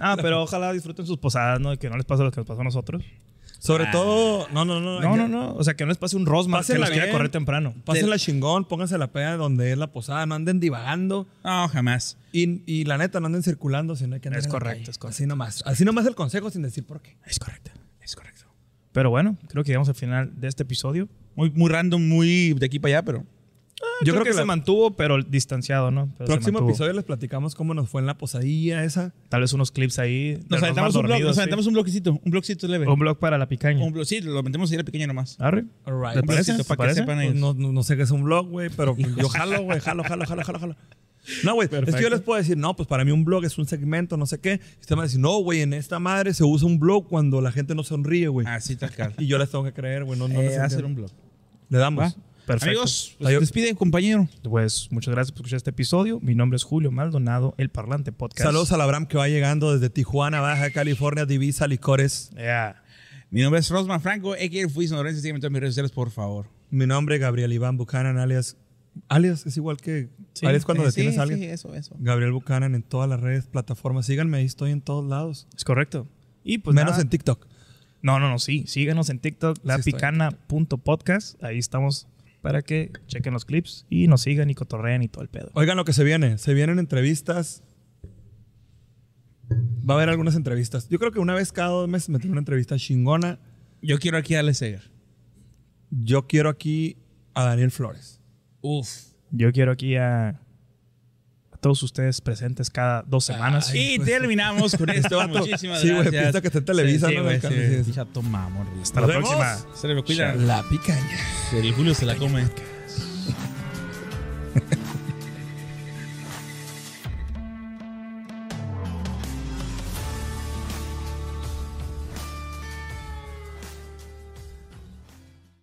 Ah, pero ojalá disfruten sus posadas, ¿no? Y que no les pase lo que nos pasó a nosotros. Sobre Ah. todo... No, no, no. No, no, no. O sea, que no les pase un Rosmar que Pásenla los quiera bien. correr temprano. Pásenla chingón, pónganse la peda donde es la posada. No anden divagando. No, jamás. Y, y la neta, no anden circulando si no hay que andar Es en la correcto, calle. es correcto. Así nomás. Así nomás el consejo sin decir por qué. Es correcto. Es correcto. Pero bueno, creo que llegamos al final de este episodio. Muy, muy random, muy de aquí para allá, pero. Ah, Yo creo, que, se el mantuvo, pero distanciado, ¿no? Pero se próximo mantuvo. episodio les platicamos cómo nos fue en la posadilla esa. Tal vez unos clips ahí. de Nos Rosmar aventamos, un, blog, dormido, nos sí. Oh, aventamos un bloquecito, un bloquecito leve. Un blog para la picaña. Un blo- sí, lo metemos ahí la pequeña nomás. Arre. All right. ¿Te parece? Bloquecito ¿Te para parece? que sepan Pues ellos. no, no, no sé qué es un blog, güey, pero pues yo jalo, güey. Jalo, jalo, jalo, jalo, jalo. No, güey, es que yo Perfecto. les puedo decir, no, pues para mí un blog es un segmento, no sé qué. Y ustedes me dicen, no, güey, en esta madre se usa un blog cuando la gente no sonríe, güey. Eh, Así tal cual. Y yo les tengo que creer, güey. No, no Ah. Eh, les hacer entiendo. un blog. Le damos. ¿Va? Perfecto. Amigos, Ahí- pues, despide, compañero. Pues muchas gracias por escuchar este episodio. Mi nombre es Julio Maldonado, el Parlante Podcast. Saludos al Abraham que va llegando desde Tijuana, Baja California, Divisa, Licores. Yeah. el Mi nombre es Rosman Franco, a.k.a. Fuiz Norense. Sígueme en todas mis redes sociales, por favor. Mi nombre es Gabriel Iván Buchanan, alias. Alias es igual que. alias cuando Eh, detienes sí, a alguien. Sí, eso, eso. Gabriel Buchanan en todas las redes, plataformas. Síganme, ahí estoy en todos lados. Es correcto. Y pues Menos nada. en TikTok. No, no, no, sí. Síganos en TikTok, estoy en lapicana.podcast. Ahí estamos para que chequen los clips y nos sigan y cotorreen y todo el pedo. Oigan lo que se viene. Se vienen entrevistas Va a haber algunas entrevistas. Yo creo que una vez cada dos meses meter una entrevista chingona. Yo quiero aquí a Alex Seger. Yo quiero aquí a Daniel Flores. Uf. Yo quiero aquí a, a todos ustedes presentes cada dos semanas. y terminamos con Este esto. vato, Muchísimas sí, güey, gracias. piensa que está en Televisa, Sí, sí, ¿no? güey, Acá, sí. sí, sí. Ya tomamos. güey. Hasta la Nos vemos. próxima. Se le cuida. La picaña. El Julio se la come.